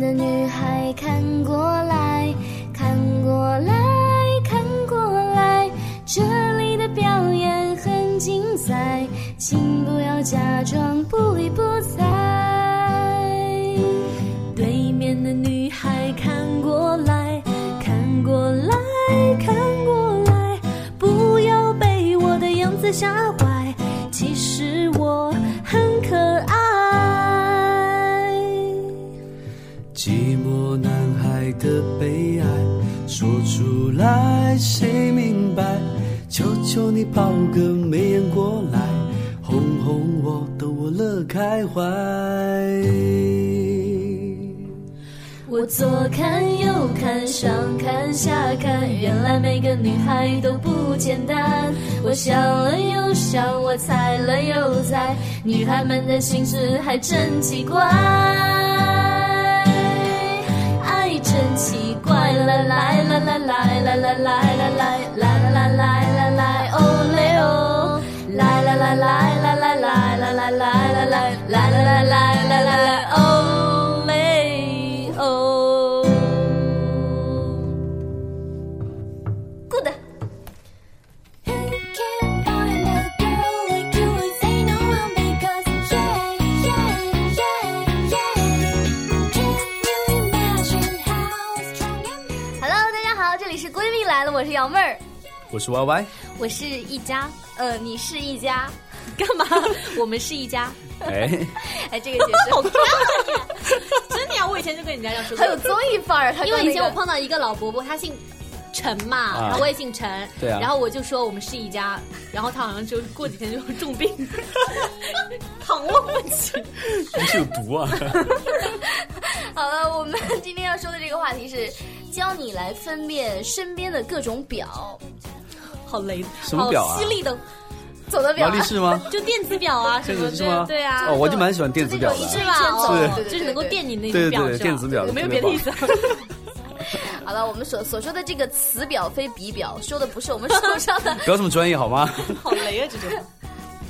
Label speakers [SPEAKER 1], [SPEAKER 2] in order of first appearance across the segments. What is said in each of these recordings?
[SPEAKER 1] 的女孩看过来，看过来，看过来，这里的表演很精彩，请不要假装不理不睬。对面的女孩看过来，看过来，看过来，不要被我的样子吓坏，其实我很可爱。
[SPEAKER 2] 寂寞男孩的悲哀，说出来谁明白？求求你抱个眉眼过来，哄哄我，逗我乐开怀。
[SPEAKER 1] 我左看右看，上看下看，原来每个女孩都不简单。我想了又想，我猜了又猜，女孩们的心思还真奇怪。爱真奇怪，啦来啦啦来啦啦来啦来来啦来啦来，哦嘞哦，来啦啦来啦啦来啦啦来啦来来啦来来来来来，哦嘞哦。Good。
[SPEAKER 3] Hello，大家好，这里是闺蜜来了，我是瑶妹儿，
[SPEAKER 2] 我是 Y Y，
[SPEAKER 3] 我是一家，呃，你是一家，干嘛？我们是一 家。
[SPEAKER 2] 哎，
[SPEAKER 3] 哎，这个解释好
[SPEAKER 4] 真的呀，我以前就跟人家这样说过
[SPEAKER 3] 很有综艺范儿。他
[SPEAKER 4] 因为以前
[SPEAKER 3] 刚那
[SPEAKER 4] 我
[SPEAKER 3] 个
[SPEAKER 4] 碰到一个老伯伯，他姓陈嘛，
[SPEAKER 2] 啊
[SPEAKER 4] 然后我也姓陈，
[SPEAKER 2] 对啊
[SPEAKER 4] 然后我就说我们是一家，然后他好像就过几天就重病，躺卧不起。
[SPEAKER 2] 真是有毒 啊！
[SPEAKER 3] 好了，我们今天要说的这个话题是教你来分辨身边的各种表，
[SPEAKER 4] 好雷，
[SPEAKER 2] 什么表啊
[SPEAKER 4] 好犀利的，
[SPEAKER 3] 走的表
[SPEAKER 2] 劳
[SPEAKER 3] 啊
[SPEAKER 2] 力士吗？
[SPEAKER 4] 就电子表啊什
[SPEAKER 2] 电
[SPEAKER 4] 么
[SPEAKER 2] 子
[SPEAKER 4] 的，
[SPEAKER 2] 是吗？
[SPEAKER 4] 对啊，
[SPEAKER 2] 哦，我就蛮喜欢电子
[SPEAKER 3] 这
[SPEAKER 2] 表
[SPEAKER 3] 种一啊
[SPEAKER 2] 的
[SPEAKER 3] 圈。
[SPEAKER 4] 是吧？哦
[SPEAKER 3] 对对对
[SPEAKER 4] 就是能够电你那
[SPEAKER 2] 对对
[SPEAKER 4] 种表，
[SPEAKER 2] 对
[SPEAKER 4] 是吧
[SPEAKER 2] 电子表
[SPEAKER 4] 我没有
[SPEAKER 2] 特别
[SPEAKER 4] 别的意思。啊
[SPEAKER 3] 好了，我们所所说的这个此表非彼表，说的不是我们手上 的。
[SPEAKER 2] 不要这么专业好吗？
[SPEAKER 4] 好雷啊，这种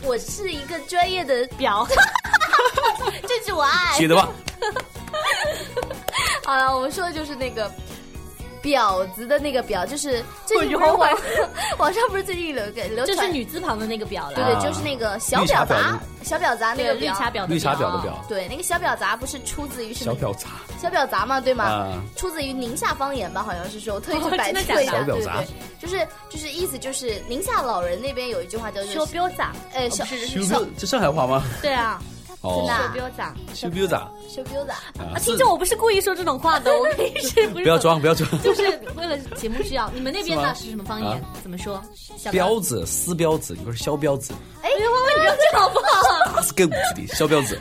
[SPEAKER 3] 我是一个专业的，
[SPEAKER 4] 表，
[SPEAKER 3] 这是我爱。
[SPEAKER 2] 写的吧？
[SPEAKER 3] 好了，我们说的就是那个婊子的那个婊，就是最近不
[SPEAKER 4] 哎
[SPEAKER 3] 是
[SPEAKER 4] 呦
[SPEAKER 3] 网 上网上不是最近流给流
[SPEAKER 4] 这是
[SPEAKER 3] 传，
[SPEAKER 4] 女字旁的那个表
[SPEAKER 3] 对
[SPEAKER 4] 了，
[SPEAKER 3] 对，
[SPEAKER 2] 啊
[SPEAKER 3] 就是那个小
[SPEAKER 2] 绿茶
[SPEAKER 3] 婊
[SPEAKER 2] 婊
[SPEAKER 3] 砸
[SPEAKER 2] 子，
[SPEAKER 3] 小婊砸那个
[SPEAKER 4] 绿茶婊的
[SPEAKER 2] 啊绿茶婊的表，
[SPEAKER 3] 对，那个小婊砸不是出自于什
[SPEAKER 2] 小
[SPEAKER 3] 么？
[SPEAKER 2] 婊砸
[SPEAKER 3] 小婊砸嘛，对吗？
[SPEAKER 2] 啊，
[SPEAKER 3] 出自于宁夏方言吧，好像是说，我特意去
[SPEAKER 4] 哦
[SPEAKER 3] 百
[SPEAKER 4] 真的
[SPEAKER 3] 度了一
[SPEAKER 4] 假
[SPEAKER 3] 下，
[SPEAKER 2] 的
[SPEAKER 3] 对对
[SPEAKER 2] 小婊砸
[SPEAKER 3] 对，就是就是意思就是宁夏老人那边有一句话叫做
[SPEAKER 4] 说彪子，
[SPEAKER 3] 呃小
[SPEAKER 4] 不
[SPEAKER 2] 修
[SPEAKER 4] 是
[SPEAKER 3] 小
[SPEAKER 2] 彪这上海话吗？
[SPEAKER 4] 对啊，
[SPEAKER 2] 哦
[SPEAKER 3] 真的啊
[SPEAKER 4] 说彪子。
[SPEAKER 2] 修彪咋？
[SPEAKER 3] 小彪子，
[SPEAKER 2] 啊
[SPEAKER 4] 啊，听众，我不是故意说这种话的，我平时不是
[SPEAKER 2] 不要，装，不要装。
[SPEAKER 4] 就是为了节目需要。你们那
[SPEAKER 2] 是
[SPEAKER 4] 边
[SPEAKER 2] 吗啊
[SPEAKER 4] 呢是什么方言？怎么说？小
[SPEAKER 2] 彪子、撕彪子，你说是削彪子，
[SPEAKER 3] 哎，我问你好不 好？
[SPEAKER 2] 是更无敌的削彪子。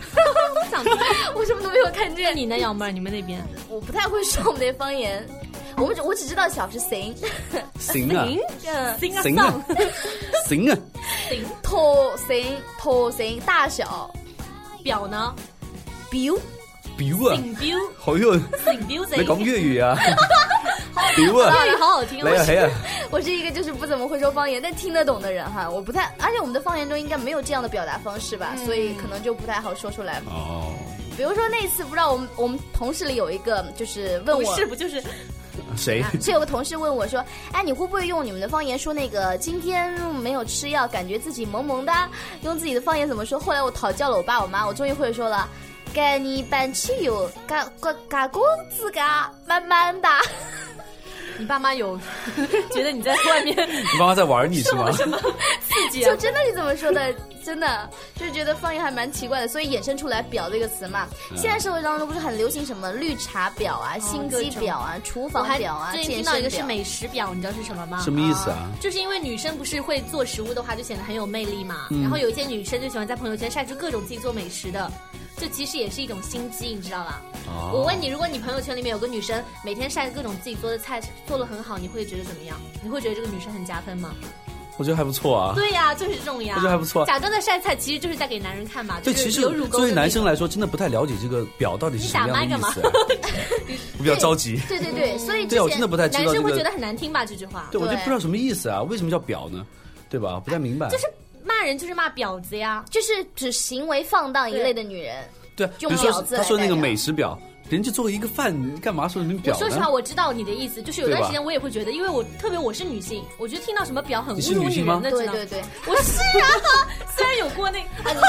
[SPEAKER 4] 长得
[SPEAKER 3] 我什么都没有看见，
[SPEAKER 4] 你呢，幺妹儿？你们那边
[SPEAKER 3] 我不太会说我们那方言，我们只我只知道小是 行，
[SPEAKER 2] 行啊，
[SPEAKER 3] 嗯，
[SPEAKER 4] 行
[SPEAKER 2] 行啊，行啊，
[SPEAKER 3] 土行土行大小
[SPEAKER 4] 表呢？
[SPEAKER 3] 表
[SPEAKER 2] 彪啊，
[SPEAKER 4] 顶彪，
[SPEAKER 2] 好哟，
[SPEAKER 4] 顶 彪贼
[SPEAKER 2] 来。讲粤语啊，彪啊，
[SPEAKER 4] 粤语好好听
[SPEAKER 2] 来啊，
[SPEAKER 4] 哦，
[SPEAKER 2] 嘿啊，
[SPEAKER 3] 我是一个就是不怎么会说方言，但听得懂的人哈。我不太，而且我们的方言中应该没有这样的表达方式吧，所以可能就不太好说出来。
[SPEAKER 2] 哦，
[SPEAKER 3] 比如说那次，不知道我们我们同事里有一个就是问
[SPEAKER 4] 不
[SPEAKER 3] 我
[SPEAKER 4] 是，不就是
[SPEAKER 2] 谁？
[SPEAKER 3] 是有个同事问我说：“哎，你会不会用你们的方言说那个今天没有吃药，感觉自己萌萌的？用自己的方言怎么说？”后来我讨教了我爸我妈，我终于会说了。该你搬汽油，嘎嘎嘎工资嘎，慢慢的。
[SPEAKER 4] 你爸妈有 觉得你在 外面
[SPEAKER 2] 你妈妈在玩你是吗？
[SPEAKER 4] 刺激啊
[SPEAKER 3] 就？真的是这么说的， 真的就是觉得方言还蛮奇怪的，所以衍生出来“表”这个词嘛。现在社会当中不是很流行什么绿茶婊啊、心机婊啊、厨
[SPEAKER 4] 哦我
[SPEAKER 3] 房
[SPEAKER 4] 还
[SPEAKER 3] 婊啊、
[SPEAKER 4] 最近
[SPEAKER 3] 健
[SPEAKER 4] 听
[SPEAKER 3] 身
[SPEAKER 4] 到一个
[SPEAKER 3] 婊
[SPEAKER 4] 是美食表，你知道是什么吗
[SPEAKER 2] 什？么意思啊？
[SPEAKER 4] 就是因为女生不是会做食物的话，就显得很有魅力嘛。
[SPEAKER 2] 嗯
[SPEAKER 4] 然后有一些女生就喜欢在朋友圈晒出各种自己做美食的，这其实也是一种心机，你知道吧？
[SPEAKER 2] 哦
[SPEAKER 4] 我问你，如果你朋友圈里面有个女生每天晒各种自己做的菜，做的很好，你会觉得怎么样？你会觉得这个女生很加分吗？
[SPEAKER 2] 我觉得还不错啊。
[SPEAKER 4] 对呀、就是这种呀。
[SPEAKER 2] 我觉得还不错
[SPEAKER 4] 假装在晒菜，其实就是在给男人看嘛。
[SPEAKER 2] 对，
[SPEAKER 4] 就是
[SPEAKER 2] 其实
[SPEAKER 4] 有乳
[SPEAKER 2] 作
[SPEAKER 4] 沟
[SPEAKER 2] 为
[SPEAKER 4] 的那
[SPEAKER 2] 男生
[SPEAKER 4] 种
[SPEAKER 2] 来说，真的不太了解这个表到底是什么样的意思
[SPEAKER 4] 你
[SPEAKER 2] 啊。我比较着急。
[SPEAKER 3] 对对对，所以之
[SPEAKER 2] 对啊，我真
[SPEAKER 3] 前
[SPEAKER 2] 的不太知
[SPEAKER 4] 男
[SPEAKER 2] 道这
[SPEAKER 4] 生会觉得
[SPEAKER 2] 个。
[SPEAKER 4] 很难听吧？这句话
[SPEAKER 2] 对，我就
[SPEAKER 3] 对
[SPEAKER 2] 不知道什么意思啊？为什么叫表呢？对吧？不太明白。
[SPEAKER 4] 就是骂人就是骂婊子呀。
[SPEAKER 3] 就是指行为放荡一类的女人。
[SPEAKER 2] 对啊，比
[SPEAKER 3] 用
[SPEAKER 2] 如说
[SPEAKER 3] 表字
[SPEAKER 2] 他
[SPEAKER 3] 来
[SPEAKER 2] 说那
[SPEAKER 3] 代
[SPEAKER 2] 个
[SPEAKER 3] 表
[SPEAKER 2] 美食表，人家做一个饭，你干嘛说人表
[SPEAKER 4] 我
[SPEAKER 2] 呢？
[SPEAKER 4] 说实话，我知道你的意思，就是有
[SPEAKER 2] 对吧
[SPEAKER 4] 段时间我也会觉得，因为我特别我是女性，我觉得听到什么表很
[SPEAKER 2] 你是
[SPEAKER 4] 侮辱
[SPEAKER 2] 女性
[SPEAKER 4] 女
[SPEAKER 2] 吗
[SPEAKER 4] 人的，
[SPEAKER 3] 对
[SPEAKER 4] 知道
[SPEAKER 3] 对对，
[SPEAKER 4] 我是啊，虽然有过那，啊、你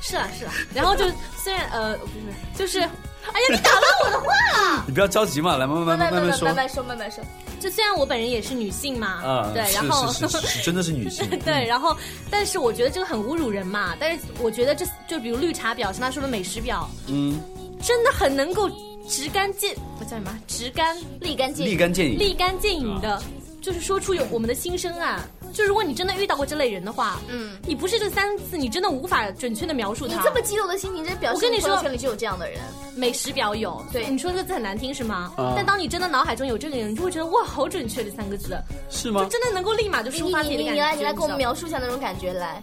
[SPEAKER 4] 是啊是啊，然后就虽然呃不是不是就是，哎呀你打了我的话，
[SPEAKER 2] 你不要着急嘛，来慢慢慢慢慢说
[SPEAKER 3] 慢慢说，慢慢说。
[SPEAKER 4] 就虽然我本人也是女性嘛，
[SPEAKER 2] 啊。
[SPEAKER 4] 对，
[SPEAKER 2] 是
[SPEAKER 4] 然后。
[SPEAKER 2] 是是是是，真的是女性
[SPEAKER 4] 对，然后，但是我觉得这个很侮辱人嘛。但是我觉得这就比如绿茶婊，像他说的美食婊，
[SPEAKER 2] 嗯，
[SPEAKER 4] 真的很能够直干见，我叫什么？直干
[SPEAKER 3] 立竿见
[SPEAKER 2] 立
[SPEAKER 3] 影。
[SPEAKER 2] 竿见影。
[SPEAKER 4] 立竿见影的，就是说出有我们的心声啊。就如果你真的遇到过这类人的话，
[SPEAKER 3] 嗯，
[SPEAKER 4] 你不是这三个字，你真的无法准确的描述
[SPEAKER 3] 你
[SPEAKER 4] 他。
[SPEAKER 3] 这么激动的心情，真表示
[SPEAKER 4] 我跟你
[SPEAKER 3] 朋友
[SPEAKER 4] 说
[SPEAKER 3] 圈里就有这样的人。
[SPEAKER 4] 美食婊有，
[SPEAKER 3] 对
[SPEAKER 4] 你说这个字很难听是吗？
[SPEAKER 2] 啊
[SPEAKER 4] 但当你真的脑海中有这个人，你就会觉得哇，好准确这三个字，
[SPEAKER 2] 是
[SPEAKER 4] 就
[SPEAKER 2] 吗？
[SPEAKER 4] 真的能够立马就
[SPEAKER 3] 你
[SPEAKER 4] 抒发自
[SPEAKER 3] 你
[SPEAKER 4] 己的
[SPEAKER 3] 你你
[SPEAKER 4] 感觉。
[SPEAKER 3] 来你来给
[SPEAKER 4] 你知
[SPEAKER 3] 我
[SPEAKER 4] 道
[SPEAKER 3] 们
[SPEAKER 4] 吗，
[SPEAKER 3] 描述一下那种感觉来，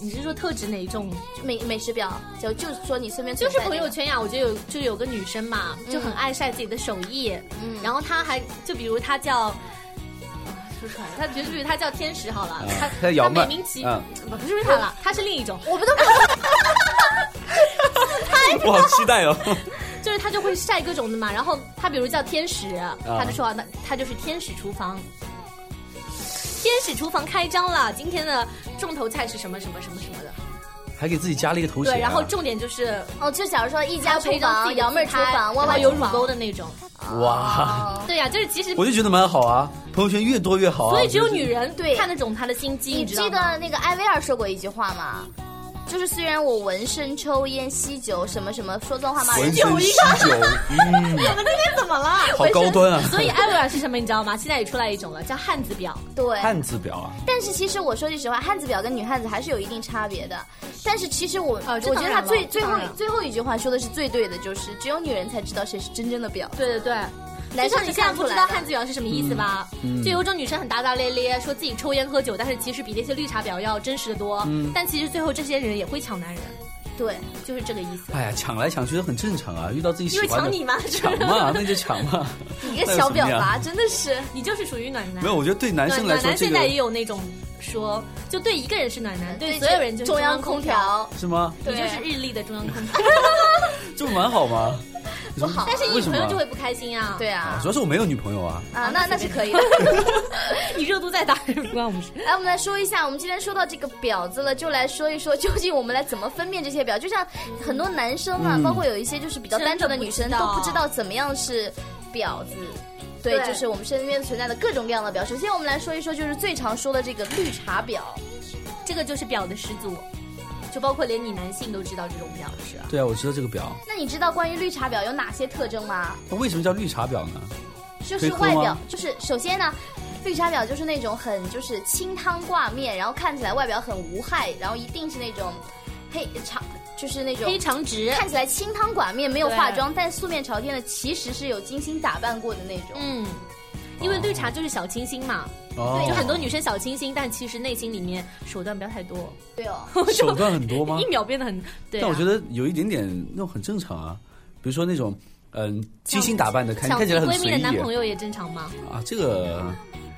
[SPEAKER 4] 你是说特指哪一种？
[SPEAKER 3] 就美美食表，就就是说你身边
[SPEAKER 4] 就是
[SPEAKER 3] 存在
[SPEAKER 4] 朋
[SPEAKER 3] 那
[SPEAKER 4] 友
[SPEAKER 3] 个
[SPEAKER 4] 圈呀、我觉得有就有个女生嘛，就很爱晒自己的手艺，
[SPEAKER 3] 嗯
[SPEAKER 4] 然后她还就比如她叫，啊说出来了，她比如比如她叫天使好了，她
[SPEAKER 2] 啊她叫姚
[SPEAKER 4] 美
[SPEAKER 2] 曼
[SPEAKER 4] 名其
[SPEAKER 2] 嗯
[SPEAKER 4] 不不是她了，她是另一种，
[SPEAKER 3] 我们都没有
[SPEAKER 2] 我好期 待哦。
[SPEAKER 4] 就是她就会晒各种的嘛，然后她比如叫天使，她就说啊那她就是天使厨房。天使厨房开张了，今天的重头菜是什么什么什么什么的？
[SPEAKER 2] 还给自己加了一个头衔啊。
[SPEAKER 4] 对，然后重点就是
[SPEAKER 3] 哦，就假如说一家
[SPEAKER 4] 她
[SPEAKER 3] 厨
[SPEAKER 4] 陪着自
[SPEAKER 3] 房、
[SPEAKER 4] 己
[SPEAKER 3] 姚妹儿厨房、Y
[SPEAKER 4] 然后
[SPEAKER 3] Y
[SPEAKER 4] 有乳沟的那种。
[SPEAKER 2] 哇，
[SPEAKER 3] 哦
[SPEAKER 4] 对呀、就是其实
[SPEAKER 2] 我就觉得蛮好啊，朋友圈越多越好啊。
[SPEAKER 4] 所以只有
[SPEAKER 2] 我觉得
[SPEAKER 4] 女人
[SPEAKER 3] 对
[SPEAKER 4] 看得懂他的心机，
[SPEAKER 3] 你
[SPEAKER 4] 你知道
[SPEAKER 3] 记
[SPEAKER 4] 吗？
[SPEAKER 3] 得那个艾薇儿说过一句话吗？就是虽然我纹身、抽烟、吸酒，什么什么说脏话骂人
[SPEAKER 2] 浑，身吸酒， 嗯，
[SPEAKER 4] 怎么了？
[SPEAKER 2] 好高端啊
[SPEAKER 4] 所以艾薇儿是什么？你知道吗？现在也出来一种了，叫汉子婊。
[SPEAKER 3] 对，
[SPEAKER 2] 汉字表啊，
[SPEAKER 3] 但是其实我说句实话，汉子婊跟女汉子还是有一定差别的。但是其实我，
[SPEAKER 4] 呃这
[SPEAKER 3] 我觉得
[SPEAKER 4] 当然
[SPEAKER 3] 他
[SPEAKER 4] 了
[SPEAKER 3] 最
[SPEAKER 4] 这
[SPEAKER 3] 最
[SPEAKER 4] 当
[SPEAKER 3] 后
[SPEAKER 4] 然
[SPEAKER 3] 最后一句话说的是最对的，就是只有女人才知道谁是真正的婊，
[SPEAKER 4] 对对对。
[SPEAKER 3] 男
[SPEAKER 4] 就
[SPEAKER 3] 生
[SPEAKER 4] 像你
[SPEAKER 3] 是
[SPEAKER 4] 现在
[SPEAKER 3] 看不
[SPEAKER 4] 不知
[SPEAKER 3] 出
[SPEAKER 4] 道
[SPEAKER 3] 来
[SPEAKER 4] 汉
[SPEAKER 3] 的。
[SPEAKER 4] 子婊是什么意思吧？
[SPEAKER 2] 嗯
[SPEAKER 4] 就有种女生很大大咧咧，说自己抽烟喝酒，但是其实比那些绿茶婊要真实的多。
[SPEAKER 2] 嗯
[SPEAKER 4] 但其实最后这些人也会抢男人，
[SPEAKER 3] 对，
[SPEAKER 4] 就是这个意思。
[SPEAKER 2] 哎呀，抢来抢去都很正常啊，遇到自己喜
[SPEAKER 4] 因为
[SPEAKER 2] 欢的。
[SPEAKER 4] 抢你嘛，
[SPEAKER 2] 抢嘛，那就抢 嘛。
[SPEAKER 3] 你个小婊
[SPEAKER 2] 那有什么
[SPEAKER 3] 娃
[SPEAKER 2] 呀
[SPEAKER 3] 真的是。
[SPEAKER 4] 你就是属于暖男。
[SPEAKER 2] 没有，我觉得对男
[SPEAKER 4] 暖
[SPEAKER 2] 生来
[SPEAKER 4] 暖
[SPEAKER 2] 说
[SPEAKER 4] 男
[SPEAKER 2] 这
[SPEAKER 4] 现
[SPEAKER 2] 个
[SPEAKER 4] 在也有那种说，就对一个人是暖男，对
[SPEAKER 3] 这
[SPEAKER 4] 所有人就是
[SPEAKER 3] 中央
[SPEAKER 4] 空
[SPEAKER 3] 空，调，
[SPEAKER 2] 是吗？
[SPEAKER 4] 你就
[SPEAKER 3] 对
[SPEAKER 4] 是日历的中央空调。
[SPEAKER 2] 这不蛮好吗？
[SPEAKER 3] 不好
[SPEAKER 4] 但是你
[SPEAKER 2] 为
[SPEAKER 4] 女
[SPEAKER 2] 什么
[SPEAKER 4] 朋友
[SPEAKER 2] 啊
[SPEAKER 4] 就会不开心啊。
[SPEAKER 3] 对
[SPEAKER 2] 啊
[SPEAKER 3] 啊
[SPEAKER 2] 主，要是我没有女朋友啊。
[SPEAKER 3] 啊，那那是可以的。
[SPEAKER 4] 你热度 再大也不关我们事。
[SPEAKER 3] 哎来，我们来说一下，我们今天说到这个婊子了，就来说一说究竟我们来怎么分辨这些婊。就像很多男生啊，
[SPEAKER 2] 嗯
[SPEAKER 3] 包括有一些就是比较单纯的女生，
[SPEAKER 4] 真的
[SPEAKER 3] 都
[SPEAKER 4] 不
[SPEAKER 3] 不
[SPEAKER 4] 知道
[SPEAKER 3] 知道怎么样是婊子。对，
[SPEAKER 4] 对
[SPEAKER 3] 就是我们身边存在的各种各样的婊。首先，我们来说一说，就是最常说的这个绿茶婊。
[SPEAKER 4] 这个就是婊的始祖，就包括连你男性都知道这种婊是吧。
[SPEAKER 2] 对啊，我知道这个表。
[SPEAKER 3] 那你知道关于绿茶婊有哪些特征吗？
[SPEAKER 2] 那为什么叫绿茶婊呢？
[SPEAKER 3] 就是
[SPEAKER 2] 可以喝
[SPEAKER 3] 外表
[SPEAKER 2] 吗，
[SPEAKER 3] 就是首先呢，绿茶婊就是那种很就是清汤挂面，然后看起来外表很无害，然后一定是那种黑长，就是那种
[SPEAKER 4] 黑长直，
[SPEAKER 3] 看起来清汤寡面，没有化妆，但素面朝天的，其实是有精心打扮过的那种。
[SPEAKER 4] 嗯，因为绿茶就是小清新嘛，
[SPEAKER 2] 哦
[SPEAKER 4] 就很多女生小清新，但其实内心里面手段不要太多，
[SPEAKER 3] 对哦，
[SPEAKER 2] 手段很多吗
[SPEAKER 4] 一？秒变得很对
[SPEAKER 2] 哦但
[SPEAKER 4] 啊、
[SPEAKER 2] 我觉得有一点点那种很正常啊，比如说那种嗯精心打扮的，看
[SPEAKER 4] 抢
[SPEAKER 2] 看起来很
[SPEAKER 4] 闺蜜
[SPEAKER 2] 随
[SPEAKER 4] 的男朋
[SPEAKER 2] 意
[SPEAKER 4] 友也正常吗？
[SPEAKER 2] 啊，这个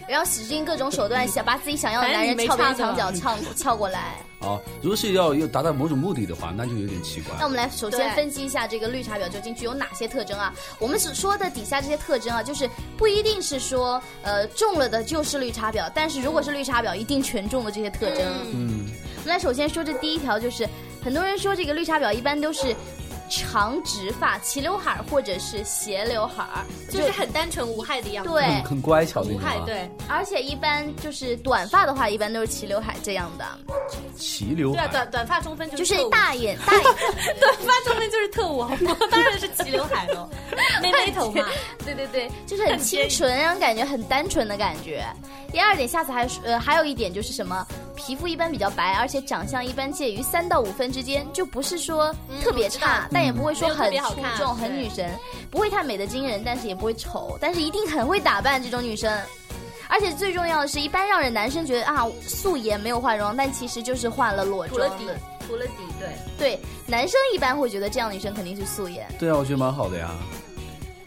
[SPEAKER 3] 然后使尽各种手段，想把自己想要的
[SPEAKER 4] 反正
[SPEAKER 3] 男人
[SPEAKER 4] 你没
[SPEAKER 3] 翘边
[SPEAKER 4] 差
[SPEAKER 3] 墙
[SPEAKER 4] 的
[SPEAKER 3] 角翘翘过来。
[SPEAKER 2] 啊，如果是要要达到某种目的的话，那就有点奇怪
[SPEAKER 3] 那。我们来首先
[SPEAKER 4] 对
[SPEAKER 3] 分析一下这个绿茶婊究竟具有哪些特征啊？我们只说的底下这些特征啊，就是不一定是说呃中了的就是绿茶婊，但是如果是绿茶婊，一定全中了这些特征。
[SPEAKER 2] 嗯，
[SPEAKER 3] 我们来首先说这第一条，就是很多人说这个绿茶婊一般都是长直发、齐刘海儿或者是斜刘海儿，
[SPEAKER 4] 就是很单纯无害的样子，
[SPEAKER 3] 对
[SPEAKER 2] 很很乖巧那
[SPEAKER 4] 无
[SPEAKER 2] 种
[SPEAKER 4] 害
[SPEAKER 2] 啊。
[SPEAKER 4] 对。
[SPEAKER 3] 而且一般就是短发的话，一般都是齐刘海这样的，
[SPEAKER 2] 齐刘
[SPEAKER 4] 对啊，
[SPEAKER 2] 海，
[SPEAKER 4] 短短发中分
[SPEAKER 3] 就是
[SPEAKER 4] 是特务
[SPEAKER 3] 大眼大眼，
[SPEAKER 4] 短发中分就是特务，好不好？当然是齐刘海 喽，妹妹头 嘛。
[SPEAKER 3] 对对对，就是很清纯，让人感觉很单纯的感觉。第二点，下次还呃还有一点就是什么，皮肤一般比较白，而且长相一般介于三到五分之间，就不是说特
[SPEAKER 4] 嗯
[SPEAKER 3] 别差，但也不会说
[SPEAKER 4] 没有特
[SPEAKER 3] 很
[SPEAKER 4] 别好
[SPEAKER 3] 出
[SPEAKER 4] 看
[SPEAKER 3] 众、很
[SPEAKER 4] 对
[SPEAKER 3] 女神，不会太美的惊人，但是也不会丑，但是一定很会打扮这种女生。而且最重要的是，一般让人男生觉得啊素颜没有化妆，但其实就是化了裸
[SPEAKER 4] 涂
[SPEAKER 3] 妆
[SPEAKER 4] 了
[SPEAKER 3] 的。
[SPEAKER 4] 底，涂了底，对。
[SPEAKER 3] 对，男生一般会觉得这样的女生肯定是素颜。
[SPEAKER 2] 对啊，我觉得蛮好的呀。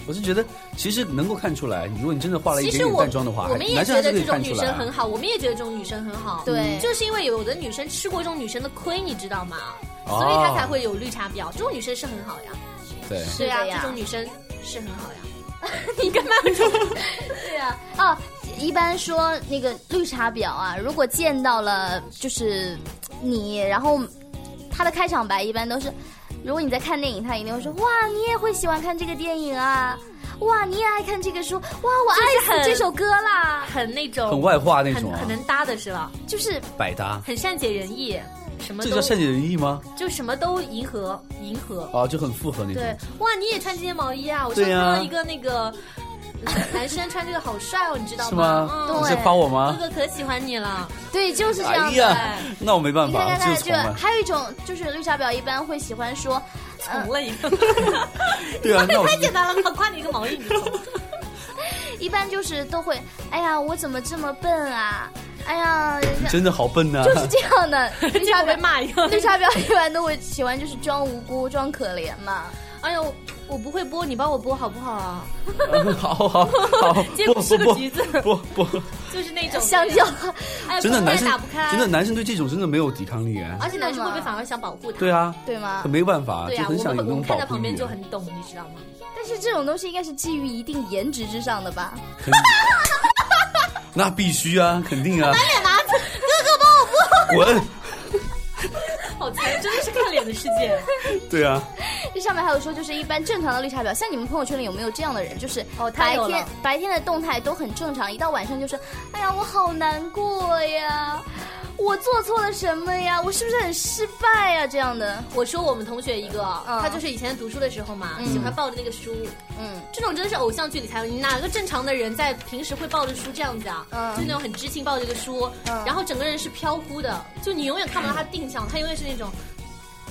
[SPEAKER 2] 我是觉得，其实能够看出来，如果你真的化了一
[SPEAKER 4] 其
[SPEAKER 2] 点
[SPEAKER 4] 实
[SPEAKER 2] 点
[SPEAKER 4] 我
[SPEAKER 2] 淡妆的话，
[SPEAKER 4] 我
[SPEAKER 2] 还
[SPEAKER 4] 们也
[SPEAKER 2] 男
[SPEAKER 4] 觉
[SPEAKER 2] 生还
[SPEAKER 4] 得
[SPEAKER 2] 是可
[SPEAKER 4] 这
[SPEAKER 2] 以
[SPEAKER 4] 种
[SPEAKER 2] 看
[SPEAKER 4] 女
[SPEAKER 2] 出
[SPEAKER 4] 生
[SPEAKER 2] 来
[SPEAKER 4] 很
[SPEAKER 2] 啊。
[SPEAKER 4] 好，我们也觉得这种女生很好。嗯
[SPEAKER 3] 对
[SPEAKER 4] 就是因为有的女生吃过这种女生的亏，你知道吗？所以她
[SPEAKER 2] 哦
[SPEAKER 4] 才会有绿茶婊。这种女生是很好呀，
[SPEAKER 2] 对，
[SPEAKER 4] 对
[SPEAKER 3] 呀、
[SPEAKER 4] 呀，这种女生是很好呀。 你干嘛说？ 对呀，
[SPEAKER 3] 哦，一般说那个绿茶婊啊，如果见到了就是你，然后他的开场白一般都是，如果你在看电影，他一定会说哇，你也会喜欢看这个电影啊，哇，你也爱看这个书，哇，我
[SPEAKER 4] 就是
[SPEAKER 3] 爱
[SPEAKER 4] 很
[SPEAKER 3] 死这首歌啦，
[SPEAKER 4] 很那种，
[SPEAKER 2] 很外化那
[SPEAKER 4] 很
[SPEAKER 2] 种啊
[SPEAKER 4] 很，能搭的是吧？
[SPEAKER 3] 就是
[SPEAKER 2] 百搭，
[SPEAKER 4] 很善解人意，什么
[SPEAKER 2] 这
[SPEAKER 4] 都
[SPEAKER 2] 叫善解人意吗？
[SPEAKER 4] 就什么都迎合迎合。
[SPEAKER 2] 啊，就很复合那种。
[SPEAKER 4] 对，哇，你也穿这件毛衣啊！我上次
[SPEAKER 2] 对
[SPEAKER 4] 看
[SPEAKER 2] 呀
[SPEAKER 4] 到一个那个呃男生穿这个好帅哦，你知道
[SPEAKER 2] 是吗？啊
[SPEAKER 4] 嗯，
[SPEAKER 2] 你是夸我吗？
[SPEAKER 4] 哥哥可喜欢你了。
[SPEAKER 3] 对，就是这样
[SPEAKER 2] 哎
[SPEAKER 3] 的。
[SPEAKER 2] 呀，那我没办
[SPEAKER 3] 你
[SPEAKER 2] 法，
[SPEAKER 3] 看看
[SPEAKER 2] 就是
[SPEAKER 3] 他
[SPEAKER 2] 从啊
[SPEAKER 3] 这
[SPEAKER 2] 了
[SPEAKER 3] 个，。还有一种就是绿茶婊一般会喜欢说，
[SPEAKER 4] 捅了一个，
[SPEAKER 2] 对啊，那我
[SPEAKER 4] 嗯太简单了吧？夸你一个毛衣，你捅
[SPEAKER 3] 一般就是都会，哎呀，我怎么这么笨啊？哎呀，人家
[SPEAKER 2] 真的好笨呐、
[SPEAKER 3] 就是这样的绿
[SPEAKER 4] 这
[SPEAKER 3] 茶
[SPEAKER 4] 样被
[SPEAKER 3] 婊。
[SPEAKER 4] 骂 一 个。
[SPEAKER 3] 绿茶婊一般都会喜欢就是装无辜、装可怜嘛。
[SPEAKER 4] 哎呦，我不会播，你帮我播好不好啊？
[SPEAKER 2] 好好好，
[SPEAKER 4] 结
[SPEAKER 2] 不
[SPEAKER 4] 果是
[SPEAKER 2] 不
[SPEAKER 4] 个橘子，
[SPEAKER 2] 不不不，
[SPEAKER 4] 就是那 种
[SPEAKER 3] 香蕉，
[SPEAKER 4] 哎，
[SPEAKER 2] 真的
[SPEAKER 4] 不会
[SPEAKER 2] 男生
[SPEAKER 4] 打不开，
[SPEAKER 2] 真的，男生对这种真的没有抵抗力哎，
[SPEAKER 4] 而且男生会不会反而想保护他？
[SPEAKER 2] 对啊，
[SPEAKER 3] 对吗
[SPEAKER 4] 嗯
[SPEAKER 2] 可？没办法，
[SPEAKER 4] 对
[SPEAKER 2] 就
[SPEAKER 4] 呀，
[SPEAKER 2] 很
[SPEAKER 4] 我
[SPEAKER 2] 想有
[SPEAKER 4] 们
[SPEAKER 2] 那
[SPEAKER 4] 我
[SPEAKER 2] 种
[SPEAKER 4] 们
[SPEAKER 2] 保
[SPEAKER 4] 看在
[SPEAKER 2] 护
[SPEAKER 4] 旁
[SPEAKER 2] 欲
[SPEAKER 4] 边，就很懂，你知道吗？
[SPEAKER 3] 但是这种东西应该是基于一定颜值之上的吧？
[SPEAKER 2] 肯那必须啊，肯定啊，滚，
[SPEAKER 4] 好残，真的是看脸的世界。
[SPEAKER 2] 对啊，
[SPEAKER 3] 这上面还有说，就是一般正常的绿茶婊，像你们朋友圈里有没有这样的人？就是
[SPEAKER 4] 哦他
[SPEAKER 3] 白
[SPEAKER 4] 有
[SPEAKER 3] 天
[SPEAKER 4] 了
[SPEAKER 3] 白天的动态都很正常，一到晚上就说，哎呀，我好难过呀，我做错了什么呀？我是不是很失败呀？这样的，
[SPEAKER 4] 我说我们同学一个，
[SPEAKER 3] 嗯
[SPEAKER 4] 他就是以前读书的时候嘛，喜欢抱着那个书，
[SPEAKER 3] 嗯，
[SPEAKER 4] 这种真的是偶像剧里才有，哪个正常的人在平时会抱着书这样子啊？
[SPEAKER 3] 嗯
[SPEAKER 4] 就那种很知性抱着一个书，
[SPEAKER 3] 嗯
[SPEAKER 4] 然后整个人是飘忽的，就你永远看不到他定向，他永远是那种，